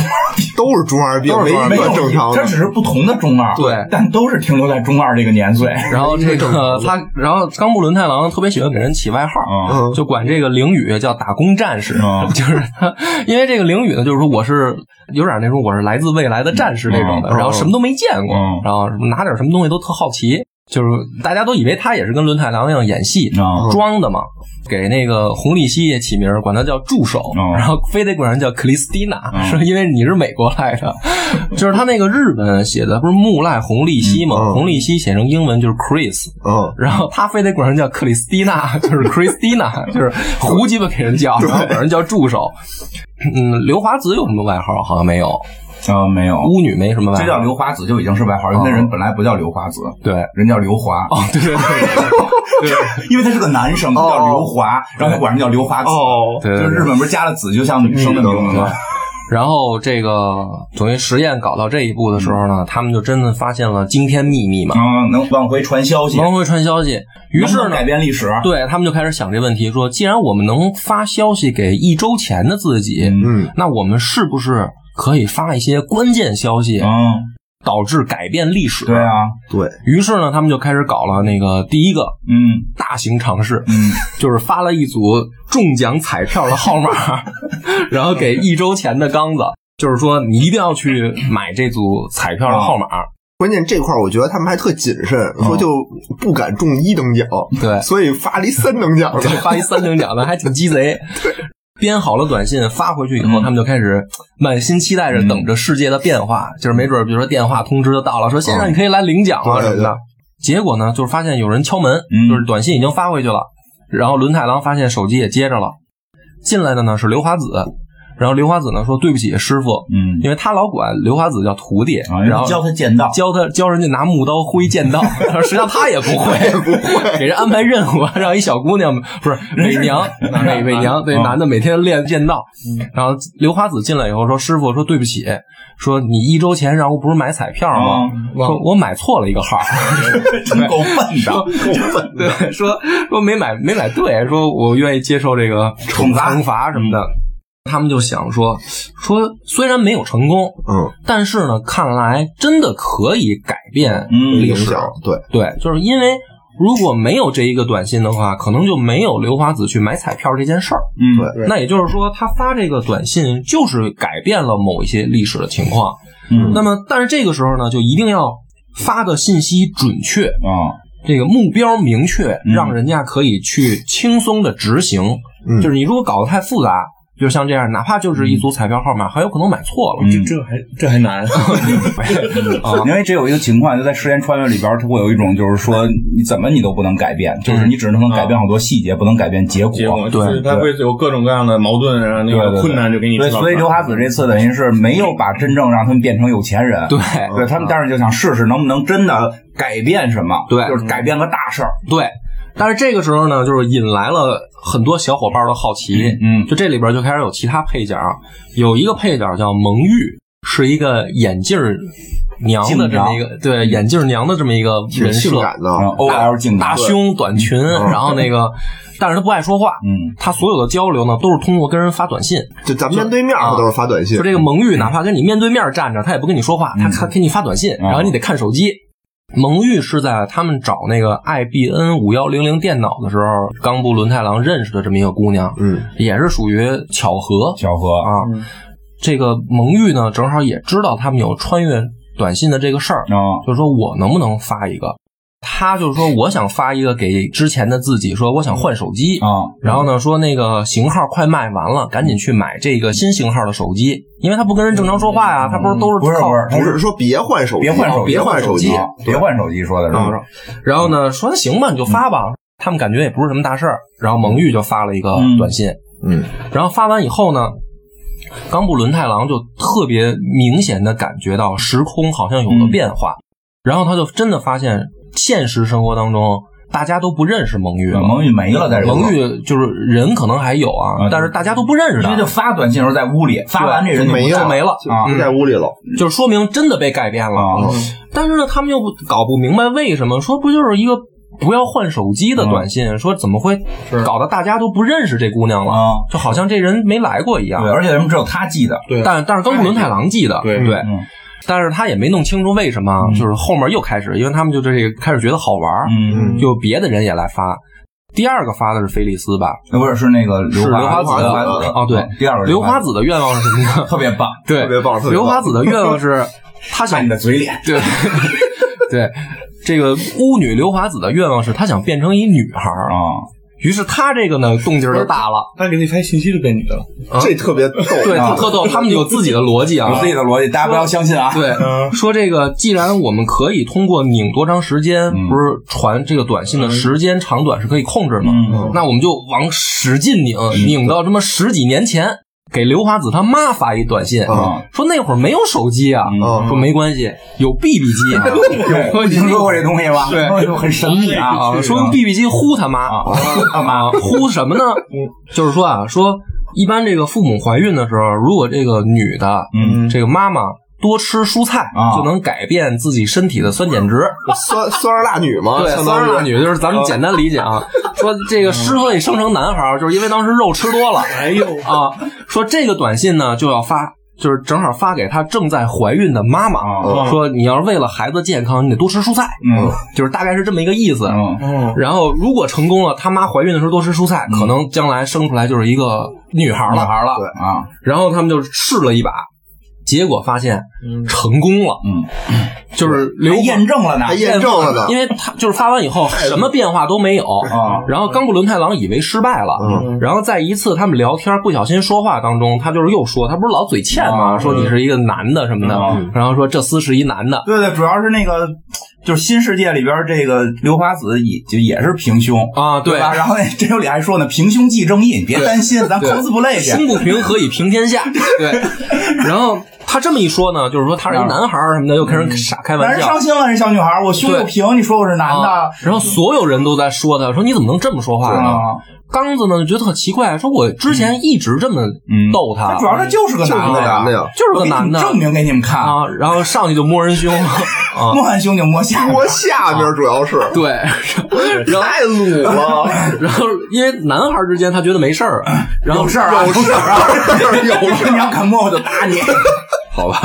都是中二病，没一没有个正常的它。只是不同的中二，对但都是停留在中二这个年岁，然后这个他，然后冈部伦太郎特别喜欢给人起外号，啊，嗯，就管这个凌雨叫打工战士，嗯 就是他，因为这个凌雨呢，就是说我是有点那种我是来自未来的战士这种的，嗯嗯然后什么都没见过，嗯然后什么拿点什么东西都特好奇，就是大家都以为他也是跟伦太郎一样演戏。嗯啊，装的嘛，给那个红利希也起名儿，管他叫助手，嗯然后非得管人叫克里斯蒂娜，嗯说因为你是美国来的， 就是他那个日本写的不是木赖红利希嘛，嗯嗯红利希写成英文就是 Chris，嗯，然后他非得管人叫克里斯蒂娜， 就是 Christina，就是胡鸡巴给人叫，然后管人叫助手。嗯，刘华子有什么外号？好像没有，啊，没有，巫女没什么外这叫号。刘华子就已经是外号，因为那人本来不叫刘华子，对， 人叫刘华，哦，对对对因为他是个男生，他叫刘华，然后他管人叫刘华子。哦，对就对是对日本不是加了“子”就像女生的名字吗？ 然后这个等于实验搞到这一步的时候呢，他们就真的发现了惊天秘密嘛，嗯，能往回传消息，能会传消息。于能不是能嗯呢改，变历史。对他们就开始想这问题，说既然我们能发消息给一周前的自己，嗯嗯，那我们是不是可以发一些关键消息，嗯，导致改变历史？对啊，对，于是呢，他们就开始搞了那个第一个嗯大型尝试，嗯，就是发了一组中奖彩票的号码，然后给一周前的刚子，就是说你一定要去买这组彩票的号码。关键这块儿我觉得他们还特谨慎，说就不敢中一等奖，嗯对，所以发了一三等奖就的。发一三等奖的，还挺鸡贼。编好了短信发回去以后，嗯他们就开始满心期待着等着世界的变化，就是没准儿比如说电话通知就到了，说哦先生你可以来领奖了对什么的。结果呢，就是发现有人敲门，嗯就是短信已经发回去了，然后伦太郎发现手机也接着了，进来的呢是刘华子，然后刘华子呢说对不起师傅，嗯，因为他老管刘华子叫徒弟，啊， 然然后后教他剑道，教他教人家拿木刀挥剑道， 然后实际上他也不 会，不会给人安排任务， 让一小姑娘不是伪娘，伪伪娘对嗯男的每天练剑道，然后刘花子进来以后说：“师傅，说对不起，说你一周前让我不是买彩票吗？哦说我买错了一个 号。”真够笨的，对，说说没买没买对，说我愿意接受这个惩罚嗯惩罚什么的。他们就想说说，虽然没有成功，嗯，但是呢，看来真的可以改变嗯历影史。响对，对，就是因为如果没有这一个短信的话，可能就没有刘华子去买彩票这件事儿。嗯，对那也就是说，他发这个短信就是改变了某一些历史的情况。嗯那么，但是这个时候呢，就一定要发的信息准确， 啊，这个目标明确，嗯让人家可以去轻松的执行。嗯就是你如果搞得太复杂，就像这样，哪怕就是一组彩票号码，还有可能买错了。嗯这还这还难，因为这有一个情况，就在时间穿越里边，它会有一种就是说，你怎么你都不能改变，就是你只能改变好多细节，不能改变结嗯啊结果果。就是他会有各种各样的矛盾，然后那对对个对困难就给你对，制造所以出来刘华子这次等于是没有把真正让他们变成有钱人，对对他们当时就想试试能不能真的改变什么，对就是改变个大事儿。对，但是这个时候呢，就是引来了很多小伙伴的好奇。嗯就这里边就开始有其他配角，有一个配角叫蒙玉，是一个眼镜儿娘的这么一个，对眼镜儿娘的这么一个挺人设啊性，感的。然后哦 OL 镜大胸短裙，然后那 个，但是他不爱说话，嗯，他所有的交流呢都是通过跟人发短信，就咱们面对面，啊他都是发短信就。这个蒙玉，哪怕跟你面对面站着，他也不跟你说话，他他给你发短信，然后你得看手机。蒙玉是在他们找那个 IBN 五幺零零电脑的时候，冈部伦太郎认识的这么一个姑娘，嗯，也是属于巧合巧合啊。这个蒙玉呢，正好也知道他们有穿越短信的这个事儿，啊，就说我能不能发一个？他就说我想发一个给之前的自己，说我想换手机啊，然后呢，说那个型号快卖完了，赶紧去买这个新型号的手机，因为他不跟人正常说话呀，他不是都是不是靠不是，不是说别换手机，别换手机，别换手机。啊别换手机，说的是啊嗯然后呢，说那行吧，你就发嗯吧。他们感觉也不是什么大事儿，然后蒙玉就发了一个嗯短信，嗯，然后发完以后呢，冈部伦太郎就特别明显的感觉到时空好像有嗯了变化，然后他就真的发现现实生活当中大家都不认识蒙玉了，啊蒙玉没了，在这蒙玉就是人可能还有啊，啊但是大家都不认识因他为，就发短信的时候在屋里，发完这人就没嗯就了没了，啊就在屋里了。就是说明真的被改变了。啊，但是呢，他们又不搞不明白为什么，说不就是一个不要换手机的短信，说怎么会搞得大家都不认识这姑娘了，啊就好像这人没来过一样对，。而且他们只有他记得，对但但是冈部伦太郎记得，对对，嗯但是他也没弄清楚为什么，嗯就是后面又开始，因为他们就这个开始觉得好玩儿，嗯，就别的人也来发。第二个发的是菲利斯吧，那不是是那个刘是刘华华子的子嗯哦对第二个刘花子的愿望是什 么呢？特别棒，对，特别棒特别棒刘花子的愿望 是，他想看你的嘴脸，对对，这个巫女刘华子的愿望是，她想变成一女孩儿。啊，于是她这个呢，动静儿就大了。他给你发信息就变你的了，啊这特别逗，对，啊特特逗，他们有自己的逻辑啊 有。自己的逻辑，大家不要相信啊，对，说这个，既然我们可以通过拧多长时间，嗯不是传这个短信的时间长短是可以控制的吗？嗯，那我们就往使劲拧，拧到他妈十几年前，给刘华子他妈发一短信，啊说那会儿没有手机啊，嗯啊说没关系，有 BB 机啊， 对，听说过这东西吧？对说就很神秘啊，啊，说用 BB 机呼他妈啊干嘛？呼什么呢？就是说啊，说一般这个父母怀孕的时候，如果这个女的，嗯这个妈妈。多吃蔬菜啊就能改变自己身体的酸碱值，啊酸酸儿辣女嘛，对，相酸当于儿辣女就是咱们简单理解啊。说这个之所以生成男孩儿，就是因为当时肉吃多了，哎呦，啊，说这个短信呢就要发，就是正好发给她正在怀孕的妈妈，啊说你要是为了孩子健康，你得多吃蔬菜，嗯就是大概是这么一个意思。嗯哦，然后如果成功了，她妈怀孕的时候多吃蔬菜，可能将来生出来就是一个嗯女孩了。孩对了啊，然后他们就试了一把，结果发现嗯成功了，嗯，就是刘还验证了呢还验证了呢。因为他就是发完以后什么变化都没有。啊，然后冈部伦太郎以为失败了，嗯然后在一次他们聊天不小心说话当中，他就是又说，他不是老嘴欠吗？啊说你是一个男的什么的，嗯然后说这厮是一男的，对对，主要是那个就是新世界里边这个刘华子也就也是平胸啊对吧？然后那真有理还说呢，平胸即正义，你别担 心，咱对 cosplay 心去。不平何以平天下？对，然后他这么一说呢，就是说他是一男孩儿什么的，又开始傻开男玩人笑伤。心了，这小女孩，我胸又对平，你说我是男啊的，然后所有人都在说他，说你怎么能这么说话呢？啊？刚子呢就觉得特奇怪，说我之前一直这么嗯逗他，他主要他就是个就是男个的男的呀就是我个给你男们的证明给你们看，啊，然后上去就摸人胸 啊，摸完胸就摸下巴，我下边主要是对，然后太鲁了，然后因为男孩之间他觉得没事儿，然后有事儿啊， 有事儿啊啊。有你要敢摸我就打 你，好吧，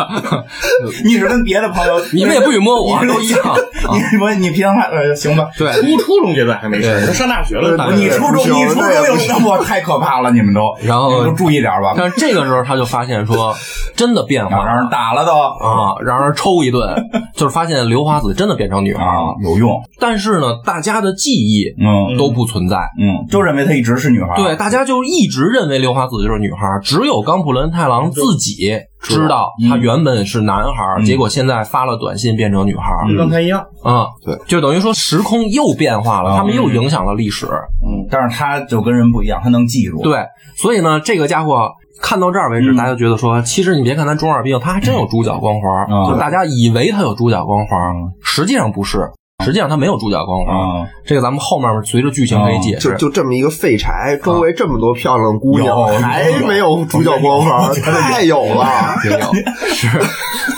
你是跟别的朋友， 你们也不许摸我，你都一样。啊你我你平常还呃行吧，对，初初中阶段还没事儿，对都上大学了，对大你学初中不行你初中那也有不行那我太可怕了，你们都，然后你们都注意点吧，但是这个时候他就发现说，真的变啊化让啊人打了都啊，让人抽一顿，就是发现刘华子真的变成女孩啊了。，有用，但是呢，大家的记忆嗯都不存在，嗯，就认为她一直是女孩，对，，大家就一直认为刘华子就是女孩，只有冈普伦太郎自己知道他原本是男孩，嗯结果现在发了短信变成女孩。跟刚才一样，啊，对，就等于说时空又变化嗯了，他们又影响了历史。嗯，但是她就跟人不一样，她能记住，，对，所以呢，这个家伙看到这儿为嗯止，大家就觉得说，其实你别看他中二病，他还真有主角光环，嗯就大家以为他有主角光环，实际上不是。实际上它没有猪脚光滑，啊，这个咱们后面随着剧情可以解就释。就这么一个废柴，周围这么多漂亮姑有娘，还没有主角 光环，太有了。也有是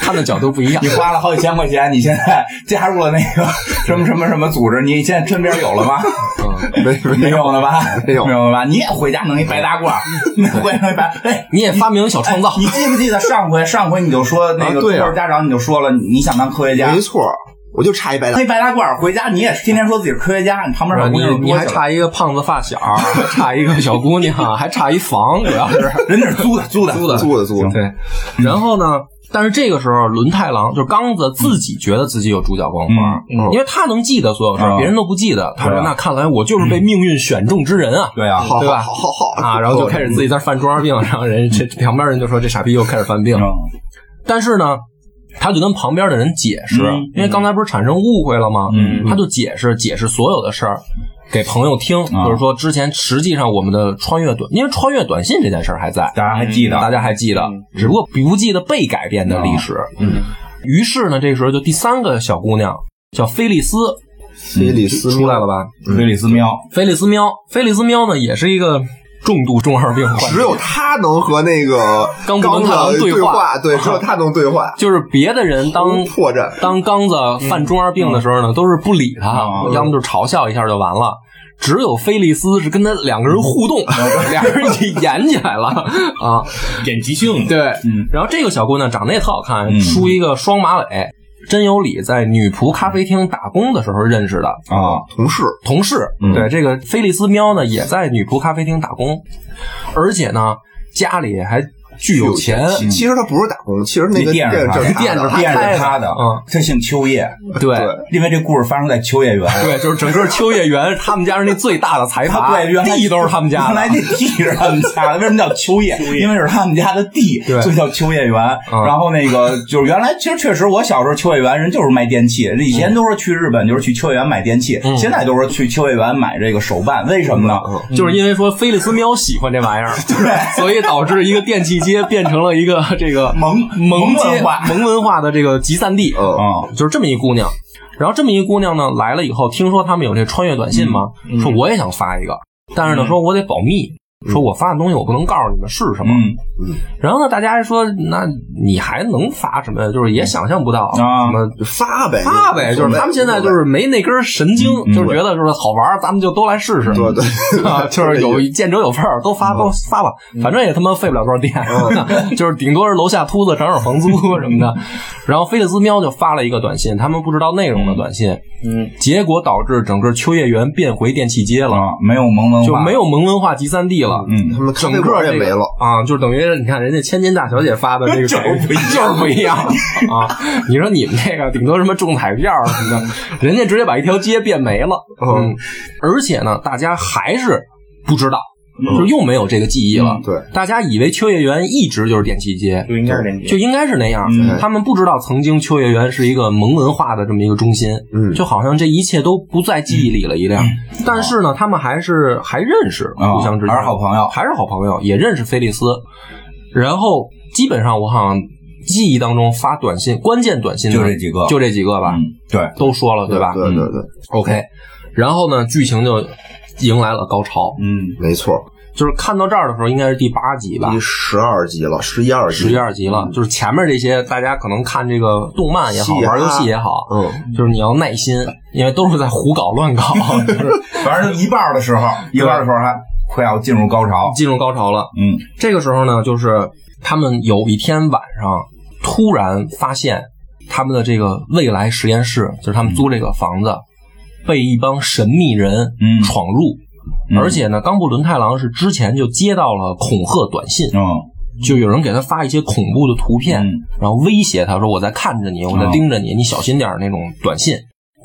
看的角度不一样你。花了好几千块钱，你现在加入了那个什么什么什么组织，你现在身边有了吗？嗯，没没有了吧？没有没有了吧？你也回家弄一白大褂，你回家弄一白，哎，你也发明小创造，你记不记得上回？上回你就说那啊个对啊托儿家长，你就说了，你想当科学家没，错，我就差一白大黑白大褂儿回家，你也天天说自己是科学家，你旁边小姑呃你娘你多还小，差一个胖子发小，还差一个小姑娘，还差一房，主要 是。人那是租的，租的，嗯租的租的租的，对，然后呢？但是这个时候，轮太郎就是刚子自己觉得自己有主角光环，嗯嗯因为他能记得所有事啊儿，别人都不记得。他对说：“啊那看来我就是被命运选中之人啊对啊，好对好吧好好好！”啊，哦然后就开始自己在犯中二 病，然后人这旁边人就说：“这傻逼又开始犯病。嗯”但是呢，他就跟旁边的人解释嗯，因为刚才不是产生误会了吗？嗯他就解释解释所有的事儿。给朋友听，啊就是说之前实际上我们的穿越短，因为穿越短信这件事儿还在，嗯大家还记得，啊嗯大家还记得，只不过不记得被改变的历史。嗯，于是呢，这时候就第三个小姑娘叫菲利斯菲利斯出来了，吧？菲利斯喵，菲利斯喵，菲利斯喵呢也是一个重度中二病患者，只有他能和那个刚子刚跟太郎子对对话话，对，只有他能对话，就是别的人 当无破绽。当刚子犯中二病的时候呢，都是不理他，嗯要么就嘲笑一下就完了。只有菲利斯是跟他两个人互 动，俩人已经演起来了 啊！演即兴，对，嗯然后这个小姑娘长得也特好看，嗯梳一个双马尾。真有理在女仆咖啡厅打工的时候认识的啊，同事同事，嗯对这个菲利斯喵呢也在女仆咖啡厅打工，而且呢家里还巨有钱，其其实他不是打工，其实那个店店是他正的，是他的店是他的，嗯，他姓秋叶，对对因为这故事发生在秋叶原。对，就是整个秋叶原他们家是那最大的财他阀，对，原来地都是他们家原来的。那地是他们家的，为什么叫秋叶？因为是他们家的地，对所以叫秋叶原。嗯然后那个就是原来，其实确实我小时候秋叶原人就是卖电器，以前都说去日本就是去秋叶原买电器，嗯现在都说去秋叶原买这个手办，为什么呢？ 就是因为说菲利斯喵喜欢这玩意儿， 所以导致一个电器街变成了一个 这个萌萌街文化，萌文化的这个集散地。嗯，啊，就是这么一姑娘。然后这么一姑娘呢来了以后，听说他们有这穿越短信吗？嗯说我也想发一个，但是呢，说我得保密，说我发的东西我不能告诉你们是什么。嗯然后呢，大家还说，那你还能发什么呀？就是也想象不到啊什么。就发呗，发呗，就是他们现在就是没那根神经，嗯就是觉得就是好玩，咱们就都来试试。对对，啊，就是有见者有份儿，都发都发吧，反正也他妈费不了多少电， 就是顶多是楼下秃子涨涨房租什么的。然后菲利斯喵就发了一个短信，他们不知道内容的短信，嗯，结果导致整个秋叶原变回电器街了，啊，没有萌文化，就没有萌文化集散地了。嗯他们咖整啡个馆也没了，啊，就等于你看人家千金大小姐发的这个就是不一样，就是不一样啊！你说你们这个顶多什么中彩票什么的，人家直接把一条街变没了。嗯，而且呢，大家还是不知道，就又没有这个记忆了。对，大家以为秋叶原一直就是电器街，就应该是联结就，应该是那样。嗯他们不知道曾经秋叶原是一个萌文化的这么一个中心，嗯就好像这一切都不在记忆里了一样。但是呢，他们还是还认识，啊互相之间还是好朋友还是好朋友，也认识菲利斯。然后基本上我好像记忆当中发短信，关键短信呢就这几个就这几个吧，嗯，对，都说了吧嗯对对对， ？OK，然后呢，剧情就迎来了高潮，嗯没错，就是看到这儿的时候，应该是第八集吧第。十二集了，十一二集，十一，二集了，就是前面这些大家可能看这个动漫也好，戏啊玩游戏也好，嗯，就是你要耐心，因为都是在胡搞乱搞，就是反正一半儿的时候，一半儿的时候还快要进入高潮，进入高潮了。嗯这个时候呢，就是他们有一天晚上突然发现，他们的这个未来实验室，就是他们租这个房子，被一帮神秘人嗯闯入。嗯而且呢，冈部伦太郎是之前就接到了恐吓短信，嗯就有人给他发一些恐怖的图片，嗯然后威胁他说：“我在看着你，我在啊盯着你，你小心点儿那种短信。”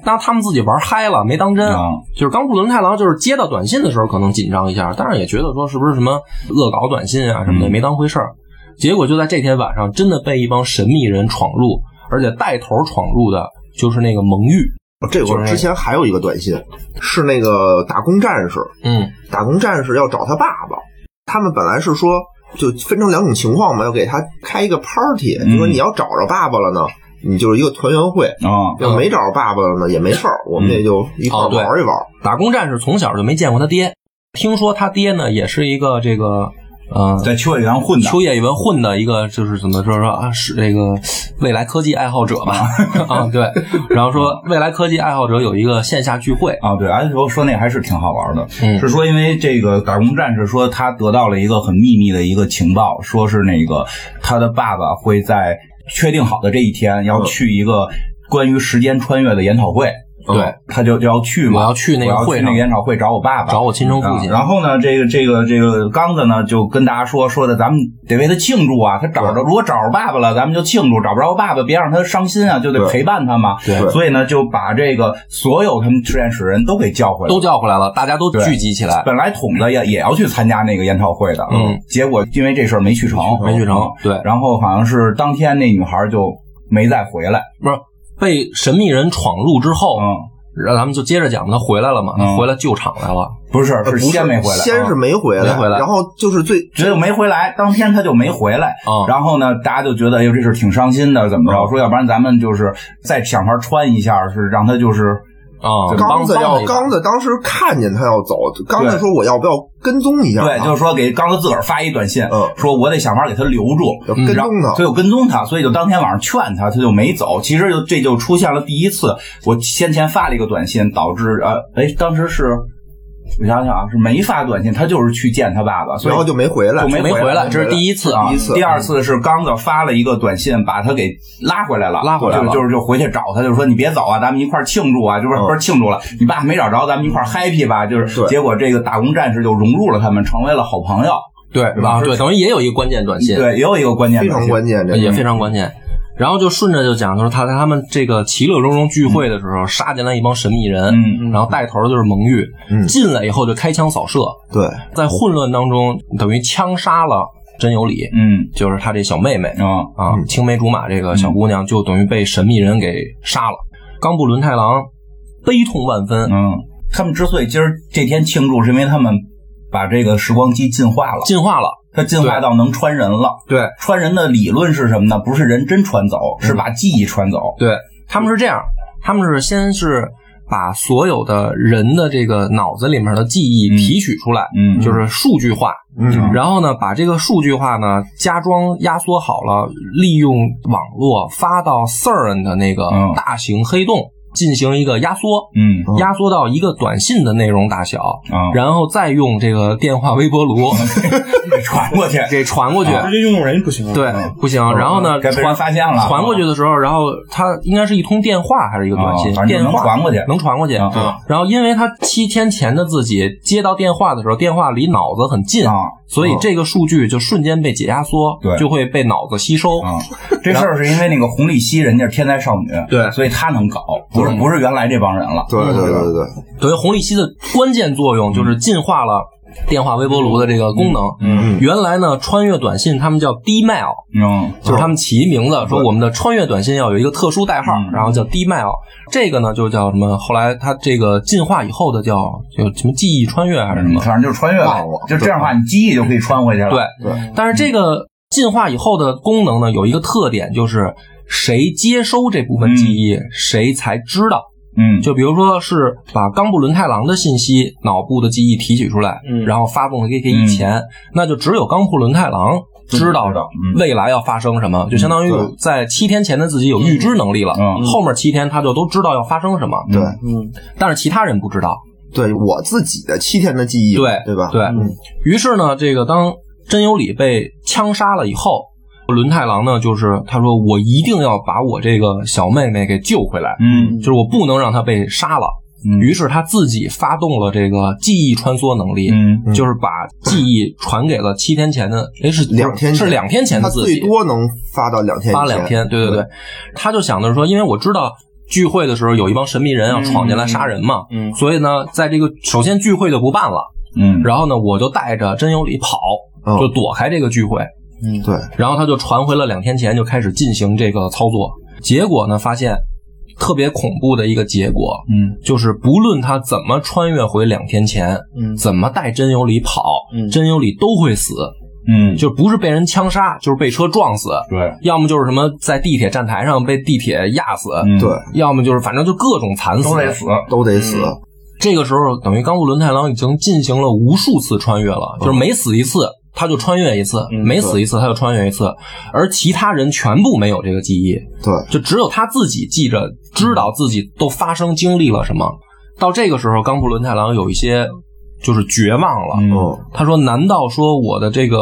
那他们自己玩嗨了，没当真。啊就是冈部伦太郎，就是接到短信的时候可能紧张一下，但是也觉得说是不是什么恶搞短信啊什么的，嗯没当回事儿。结果就在这天晚上，真的被一帮神秘人闯入，而且带头闯入的就是那个蒙玉。这会儿之前还有一个短信，是那个打工战士，嗯打工战士要找他爸爸，他们本来是说就分成两种情况嘛，要给他开一个 party，、嗯就说你要找着爸爸了呢，你就是一个团圆会。啊，要没找着爸爸了呢，也没事儿，我们也就一块儿嗯哦对玩一玩。打工战士从小就没见过他爹，听说他爹呢也是一个这个呃在秋叶原混的，秋叶原混的一个，就是怎么说说啊，是这个未来科技爱好者吧？啊，对。然后说未来科技爱好者有一个线下聚会，啊，对，安说说那还是挺好玩的，嗯是说因为这个打工战士说他得到了一个很秘密的一个情报，说是那个他的爸爸会在确定好的这一天嗯要去一个关于时间穿越的研讨会，对，他就就要去嘛，嗯我要去那个我要会去上那个研讨会找我爸爸，找我亲生父啊亲。然后呢，这个这个这个刚子呢就跟大家说说的，咱们得为他庆祝啊。他找着，如果找着爸爸了，咱们就庆祝；找不着爸爸，别让他伤心啊，就得对陪伴他嘛。对所以呢，就把这个所有他们实验室人都给叫回来。都叫回来了，大家都对聚集起来。本来筒子也也要去参加那个研讨会的，嗯，结果因为这事儿没去成，没去成嗯对然后好像是当天那女孩就没再回来，不是被神秘人闯入之哦后，嗯，然后咱们就接着讲，他回来了嘛？嗯他回来救场来了，不是，呃不先没回来，先是嗯没回来，啊没回来然后就是最只有没回来，当天他就没回来，嗯啊、然后呢，大家就觉得，哎呦，这事儿挺伤心的，怎么着？说要不然咱们就是再想法穿一下，是让他就是啊，对帮刚子帮要了一把刚子当时看见他要走，刚子说我要不要跟踪一下啊？对，就是说给刚子自个儿发一短信嗯，说我得想法给他留住，要嗯跟踪他所。以我跟踪他，所以就当天晚上劝他，他就没走。其实就这就出现了第一次，我先前发了一个短信，导致呃，哎，当时是我想想啊，是没发短信，他就是去见他爸爸，所以然后就没回来，就没没回回来来，这是第一次啊第一。次第二次是刚子发了一个短信，把他给拉回来了，拉回来了就就是就回去找他，就说你别走啊，咱们一块儿庆祝啊，就是嗯不是庆祝了，你爸没找着，咱们一块儿 happy 吧，就是对结果这个打工战士就融入了他们，成为了好朋友。对啊，对，等于也有一个关键短信，对，也有一个关键非的常信关键，这也非常关键。然后就顺着就讲，就是他在他们这个其乐融融聚会的时候，杀进来一帮神秘人，嗯，然后带头的就是蒙玉，嗯进来以后就开枪扫射，对，在混乱当中等于枪杀了真有理，嗯就是他这小妹妹啊啊，嗯青梅竹马这个小姑娘就等于被神秘人给杀了。冈部伦太郎悲痛万分，嗯，他们之所以今儿这天庆祝，是因为他们把这个时光机进化了，进化了，它进化到能穿人了。对嗯穿人的理论是什么呢？不是人真穿走，是把记忆穿走。对，他们是这样，他们是先是把所有的人的这个脑子里面的记忆嗯提取出来，嗯，就是数据化，嗯然后呢，把这个数据化呢加装压缩好了，利用网络发到 CERN 的那个嗯大型黑洞、进行一个压缩，嗯嗯压缩到一个短信的内容大小，啊，然后再用这个电话微 波炉给传过去。给传过去。直接用人不行啊。对，不行。然后 呢，嗯哦该被人传发现了，啊传过去的时候，然后它应该是一通电话还是一个短信？啊反正电能话嗯传过去。能传过去。啊然后，因为他七天前的自己接到电话的时候，电话离脑子很近，啊所以这个数据就瞬间被解压缩，对就会被脑子吸收。 啊！这事儿是因为那个红利希人家是天才少女，对嗯所以她能搞，不是不是原来这帮人了。对对对对对，等于红利息的关键作用就是进化了电话微波炉的这个功能。嗯嗯原来呢，穿越短信他们叫 D-mail，嗯就是他们起一名字，说我们的穿越短信要有一个特殊代号，嗯然后叫 D-mail。这个呢，就叫什么？后来它这个进化以后的叫叫什么记忆穿越还是什嗯，么？反正就是穿越了忘了，就这样的话，你记忆就可以穿回去了。对，对但是这个进化以后的功能呢，有一个特点就是。谁接收这部分记忆，谁才知道。嗯，就比如说是把冈部伦太郎的信息、脑部的记忆提取出来，嗯然后发送给给以前，那就只有冈部伦太郎知道知道嗯未来要发生什么，就相当于有嗯对在七天前的自己有预知能力了，嗯后面七天他就都知道要发生什么，嗯对嗯，但是其他人不知道。对，我自己的七天的记忆，对对吧？对，于是呢，这个当真有理被枪杀了以后，伦太郎呢，就是他说我一定要把我这个小妹妹给救回来，嗯就是我不能让她被杀了。嗯于是他自己发动了这个记忆穿梭能力，嗯就是把记忆传给了七天前的，哎是两天前是两天前他的自己最，多能发到两天以前，发两天，对对对，他就想的是说，因为我知道聚会的时候有一帮神秘人要啊闯进来杀人嘛，嗯所以呢，在这个首先聚会就不办了，嗯，然后呢，我就带着真有理跑，嗯就躲开这个聚会，对，然后他就传回了两天前就开始进行这个操作，结果呢发现特别恐怖的一个结果，嗯就是不论他怎么穿越回两天前，嗯怎么带真由里跑，嗯真由里都会死。嗯，就不是被人枪杀，就是被车撞死，对，要么就是什么在地铁站台上被地铁压死，嗯对，要么就是反正就各种惨死都。得死，都嗯得死。这个时候，等于冈部伦太郎已经进行了无数次穿越嗯了，就是每死一次他就穿越一次，每死一次他就穿越一次，而其他人全部没有这个记忆，对，就只有他自己记着，知道自己都发生经历了什么。到这个时候，冈部伦太郎有一些就是绝望了，嗯嗯，他说：“难道说我的这个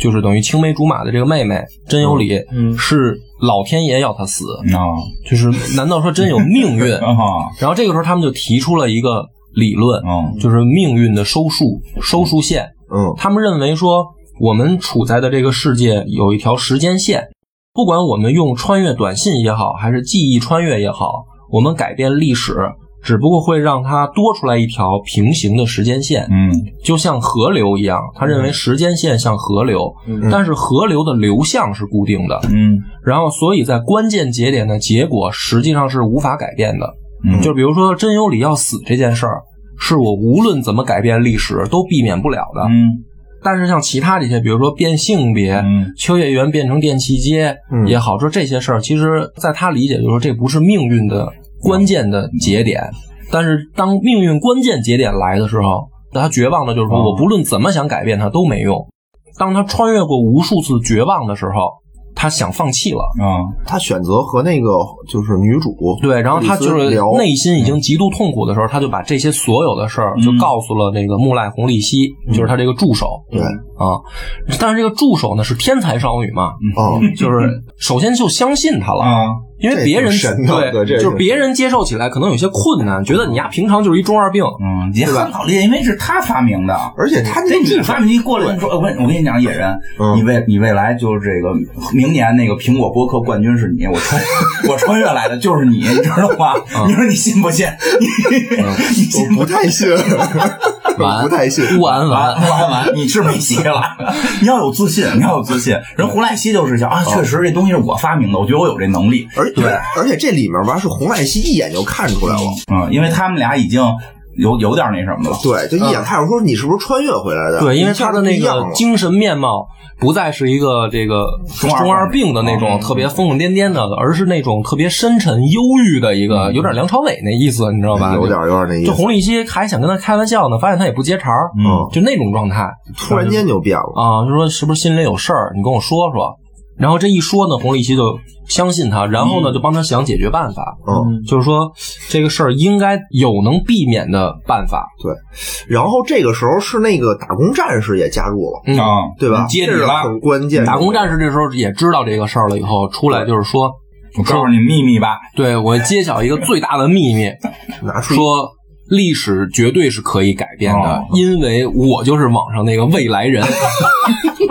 就是等于青梅竹马的这个妹妹真有理，嗯嗯是老天爷要她死，啊？就是难道说真有 命运啊，然后这个时候他们就提出了一个理论，哦嗯就是命运的收束收束线。嗯他们认为说，我们处在的这个世界有一条时间线，不管我们用穿越短信也好，还是记忆穿越也好，我们改变历史，只不过会让它多出来一条平行的时间线。嗯就像河流一样，他认为时间线像河流，嗯但是河流的流向是固定的，嗯然后所以在关键节点的结果实际上是无法改变的。嗯就比如说真由里要死这件事儿，是我无论怎么改变历史都避免不了的。嗯但是像其他这些，比如说变性别。嗯秋叶原变成电器街、嗯也好，说这些事儿，其实在他理解就是说，这不是命运的关键的节点。嗯但是当命运关键节点来的时候，他绝望的就是嗯说，哦我不论怎么想改变它都没用。当他穿越过无数次绝望的时候，他想放弃了，啊，他选择和那个就是女主对，然后他就克里是斯聊内心已经极度痛苦的时候，他就把这些所有的事儿就嗯告诉了那个木濑红利希，就是他这个助手嗯对，啊。但是这个助手呢是天才少女嘛，嗯就是首先就相信他了，啊，因为别人这挺神的对这对，挺就是别人接受起来可能有些困难，觉得你呀平常就是一中二病，嗯，也很好理解，因为是他发明的。而且他那这女你发明一过来，你说呃我跟我跟你讲，野人，嗯你未你未来就是这个明年那个苹果播客冠军是你，我穿我穿越来的就是你，你知道吗？你说你信不信？ 你信我不太信，我不太信，不安完啊完。完完，你是没戏了。你要有自信，你要有自信。人胡赖希就是想啊，确实这东西是我发明的，我觉得我有这能力。而对，而且这里面吧，是红濑希一眼就看出来了，嗯，因为他们俩已经有有点那什么了。对，就一眼看出说你是不是穿越回来的？嗯对，因为一下他就的那不一样了个精神面貌不再是一个这个中二中二病的那嗯种特别疯疯癫癫的，而是那种特别深沉忧郁的一个，有点梁朝伟那意思，你知道吧？嗯有点有点那意就思，红利希还想跟他开玩笑呢，发现他也不接茬儿，嗯就那种状态突然间就变了，啊，就说是不是心里有事儿，你跟我说说。然后这一说呢，红利希就相信他，然后呢就帮他想解决办法，嗯。就是说这个事儿应该有能避免的办法。然后这个时候是那个打工战士也加入了，嗯啊，对吧？接你这是了。很关键的。打工战士这时候也知道这个事儿了，以后出来就是说，我告诉你秘密吧，对我揭晓一个最大的秘密，拿出说历史绝对是可以改变的，哦因为我就是网上那个未来 人，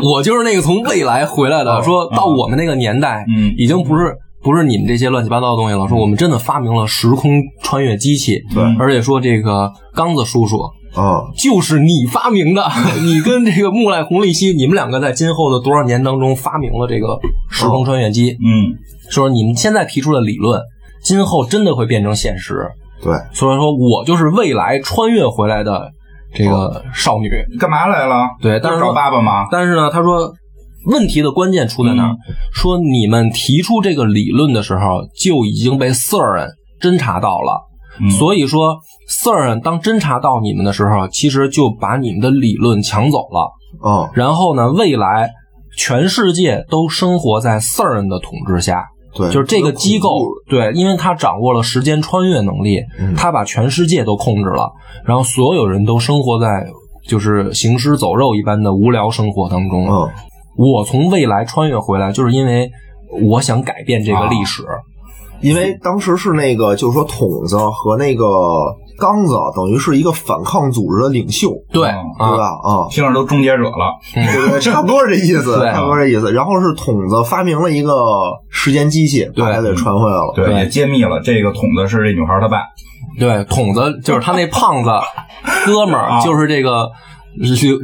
我就是那个从未来回来的。说到我们那个年代，哦嗯已经不是不是你们这些乱七八糟的东西了。说我们真的发明了时空穿越机器，对而且说这个刚子叔叔。啊，就是你发明 的，你跟这个木濑红利希，你们两个在今后的多少年当中发明了这个时空穿越机，嗯说你们现在提出的理论，今后真的会变成现实。对，所以说我就是未来穿越回来的这个少女。干嘛来了？哦对但是找爸爸吗？但是呢，他说问题的关键出在哪儿？说你们提出这个理论的时候，就已经被 Sir 侦查到了。嗯所以说，Sir 当侦查到你们的时候，其实就把你们的理论抢走了。啊，然后呢，未来全世界都生活在 Sir 的统治下。对，就是这个机构恐，对，因为他掌握了时间穿越能力嗯，他把全世界都控制了，然后所有人都生活在就是行尸走肉一般的无聊生活当中。怖，我从未来穿越回来，就是因为我想改变这个历史。嗯，因为当时是那个就是说筒子和那个刚子等于是一个反抗组织的领袖，对嗯对啊，嗯吧？啊。听着都终结者了。对 对，差不多是这意思，对差不多是这意思。然后是筒子发明了一个时间机器，把他给传回来了。对，也揭秘了这个筒子是这女孩她爸。对，筒子就是他那 胖子哥们啊儿，就是这个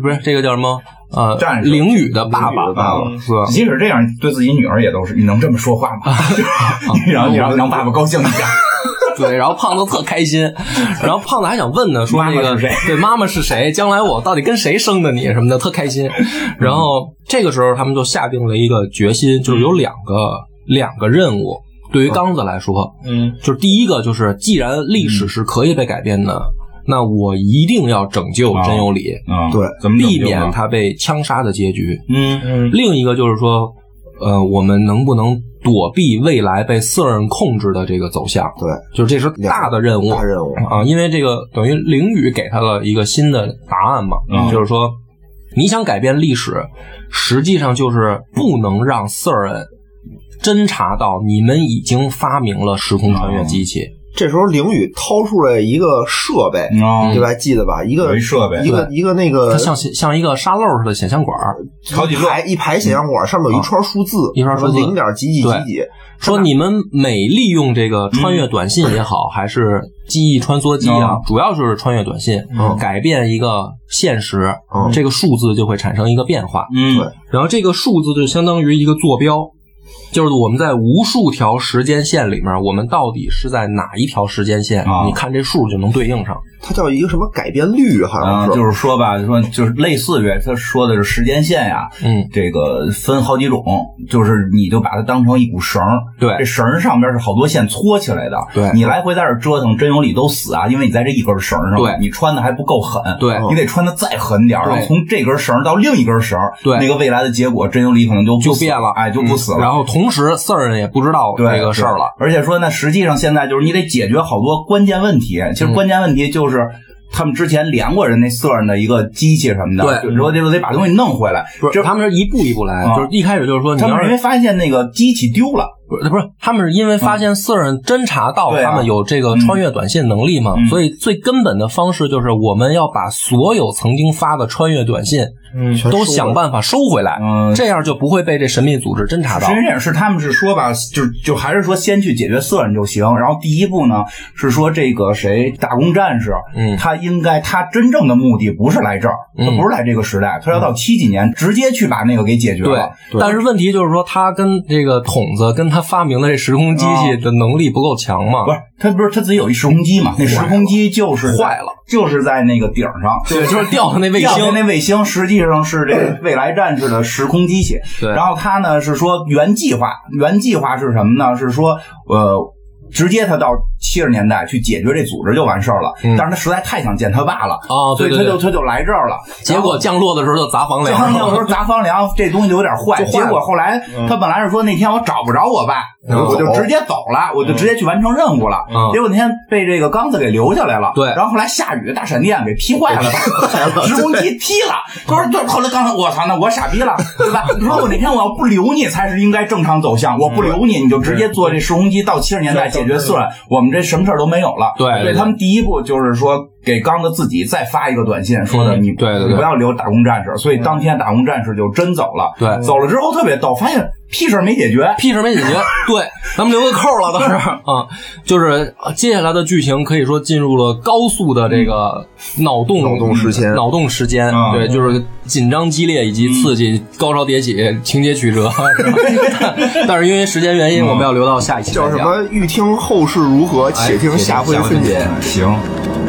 不是这个叫什么呃战士凌雨的爸凌爸雨的爸爸是吧即使这样，对自己女儿也都是，你能这么说话吗？然后你让让爸爸高兴一下。对，然后胖子特开心，然后胖子还想问呢，说那妈个妈是谁 对妈妈是谁，将来我到底跟谁生的你什么的，特开心。嗯然后这个时候他们就下定了一个决心，就是嗯有两个两个任务。对于刚子来说，嗯就是第一个就是，既然历嗯史是可以被改变的，那我一定要拯救真有理，啊，对，怎么避免他？他被枪杀的结局。嗯嗯另一个就是说，呃，我们能不能躲避未来被色人控制的这个走向？对，就是这是大的任务大任务，啊，因为这个等于凌雨给他了一个新的答案嘛，嗯就是说，你想改变历史，实际上就是不能让色人侦查到你们已经发明了时空穿越机器。这时候凌雨掏出来一个设备，啊对，吧？记得吧？一有个一设备一个一个那个它像像一个沙漏似的显像管儿，好几一个排一排显像管，上面有一串数字，嗯一串数字零点几几对几几，说你们每利用这个穿越短信也 好，还是记忆穿梭机啊嗯，主要就是穿越短信哦嗯改变一个现实嗯，这个数字就会产生一个变化。嗯对然后这个数字就相当于一个坐标，就是我们在无数条时间线里面，我们到底是在哪一条时间线啊？你看这数就能对应上。它叫一个什么改变率，好啊，像是。就是说吧，说就是类似于他说的是时间线呀，嗯，这个分好几种，就是你就把它当成一股绳儿，这对，绳儿上边是好多线搓起来的，对你来回在这儿折腾，真有理都死啊，因为你在这一根绳儿上，对你穿的还不够狠，对你得穿的再狠点儿，对然后从这根绳儿到另一根绳儿，对那个未来的结果，真有理可能就就就变了嗯哎，就不死了。然后同时四儿人也不知道对这个事儿了。对而且说呢，实际上现在就是你得解决好多关键问题。其实嗯关键问题就是。他们之前量过人那色儿的一个机器什么的，对就是说这得把东西弄回来。不是，这他们是一步一步来，啊就是一开始就是说，你他要们是是因为发现那个机器丢了，不呃是不是，他们是因为发现四人侦查到嗯对啊他们有这个穿越短信能力嘛，嗯所以最根本的方式就是我们要把所有曾经发的穿越短信嗯全收都了想办法收回来，嗯，这样就不会被这神秘组织侦查到实。际上是啊他们是说吧，就就还是说先去解决色人就行。然后第一步呢是说这个谁打工战士，嗯他应该他真正的目的不是来这儿，他嗯不是来这个时代，他要到七几年直接去把那个给解决对了。，但是问题就是说，他跟这个筒子跟他发明的这时空机器的能力不够强嘛啊不？是他不是他自己有一时空机嘛？那时空机就是坏了，就是在那个顶上，对，就是掉到那卫掉下星，那卫星实际上是这个未来战士的时空机器。对然后他呢是说原计划，原计划是什么呢？是说呃。直接他到七十年代去解决这组织就完事儿了，嗯但是他实在太想见他爸了，啊，对对所以他就对，他就来这儿了。结果降落的时候就砸房这梁方上面我了，说砸房梁这东西就有点坏，就坏结了果后来他本来是说那天我找不着我爸，嗯我就直接走了，我就直接去完成任务了。嗯结果那天被这个刚子给留下来了，对然后后来下雨大闪电给劈坏了，把时空机劈了。他说对，后来刚才我操，那我傻逼了，对吧？你说我那天我要不留你才是应该正常走向，我不留你你就直接坐这时空机到七十年代解决色案，我们这什么事儿都没有了。对对所以对他们第一步就是说给刚子自己再发一个短信，说的嗯你对对对你不要留打工战士，所以当天打工战士就真走了。对走了之后特别逗，发现屁事儿没解决。屁事没解决，哎 对，咱们留个扣了，倒是啊，就是接下来的剧情可以说进入了高速的这个脑洞脑洞时间脑洞时间，嗯对，就是紧张激烈以及刺激，高潮迭起，情节曲折， 是吧但是因为时间原因，我们要留到下一期再叫讲什么？欲听后事如何，且听下回分解。行。嗯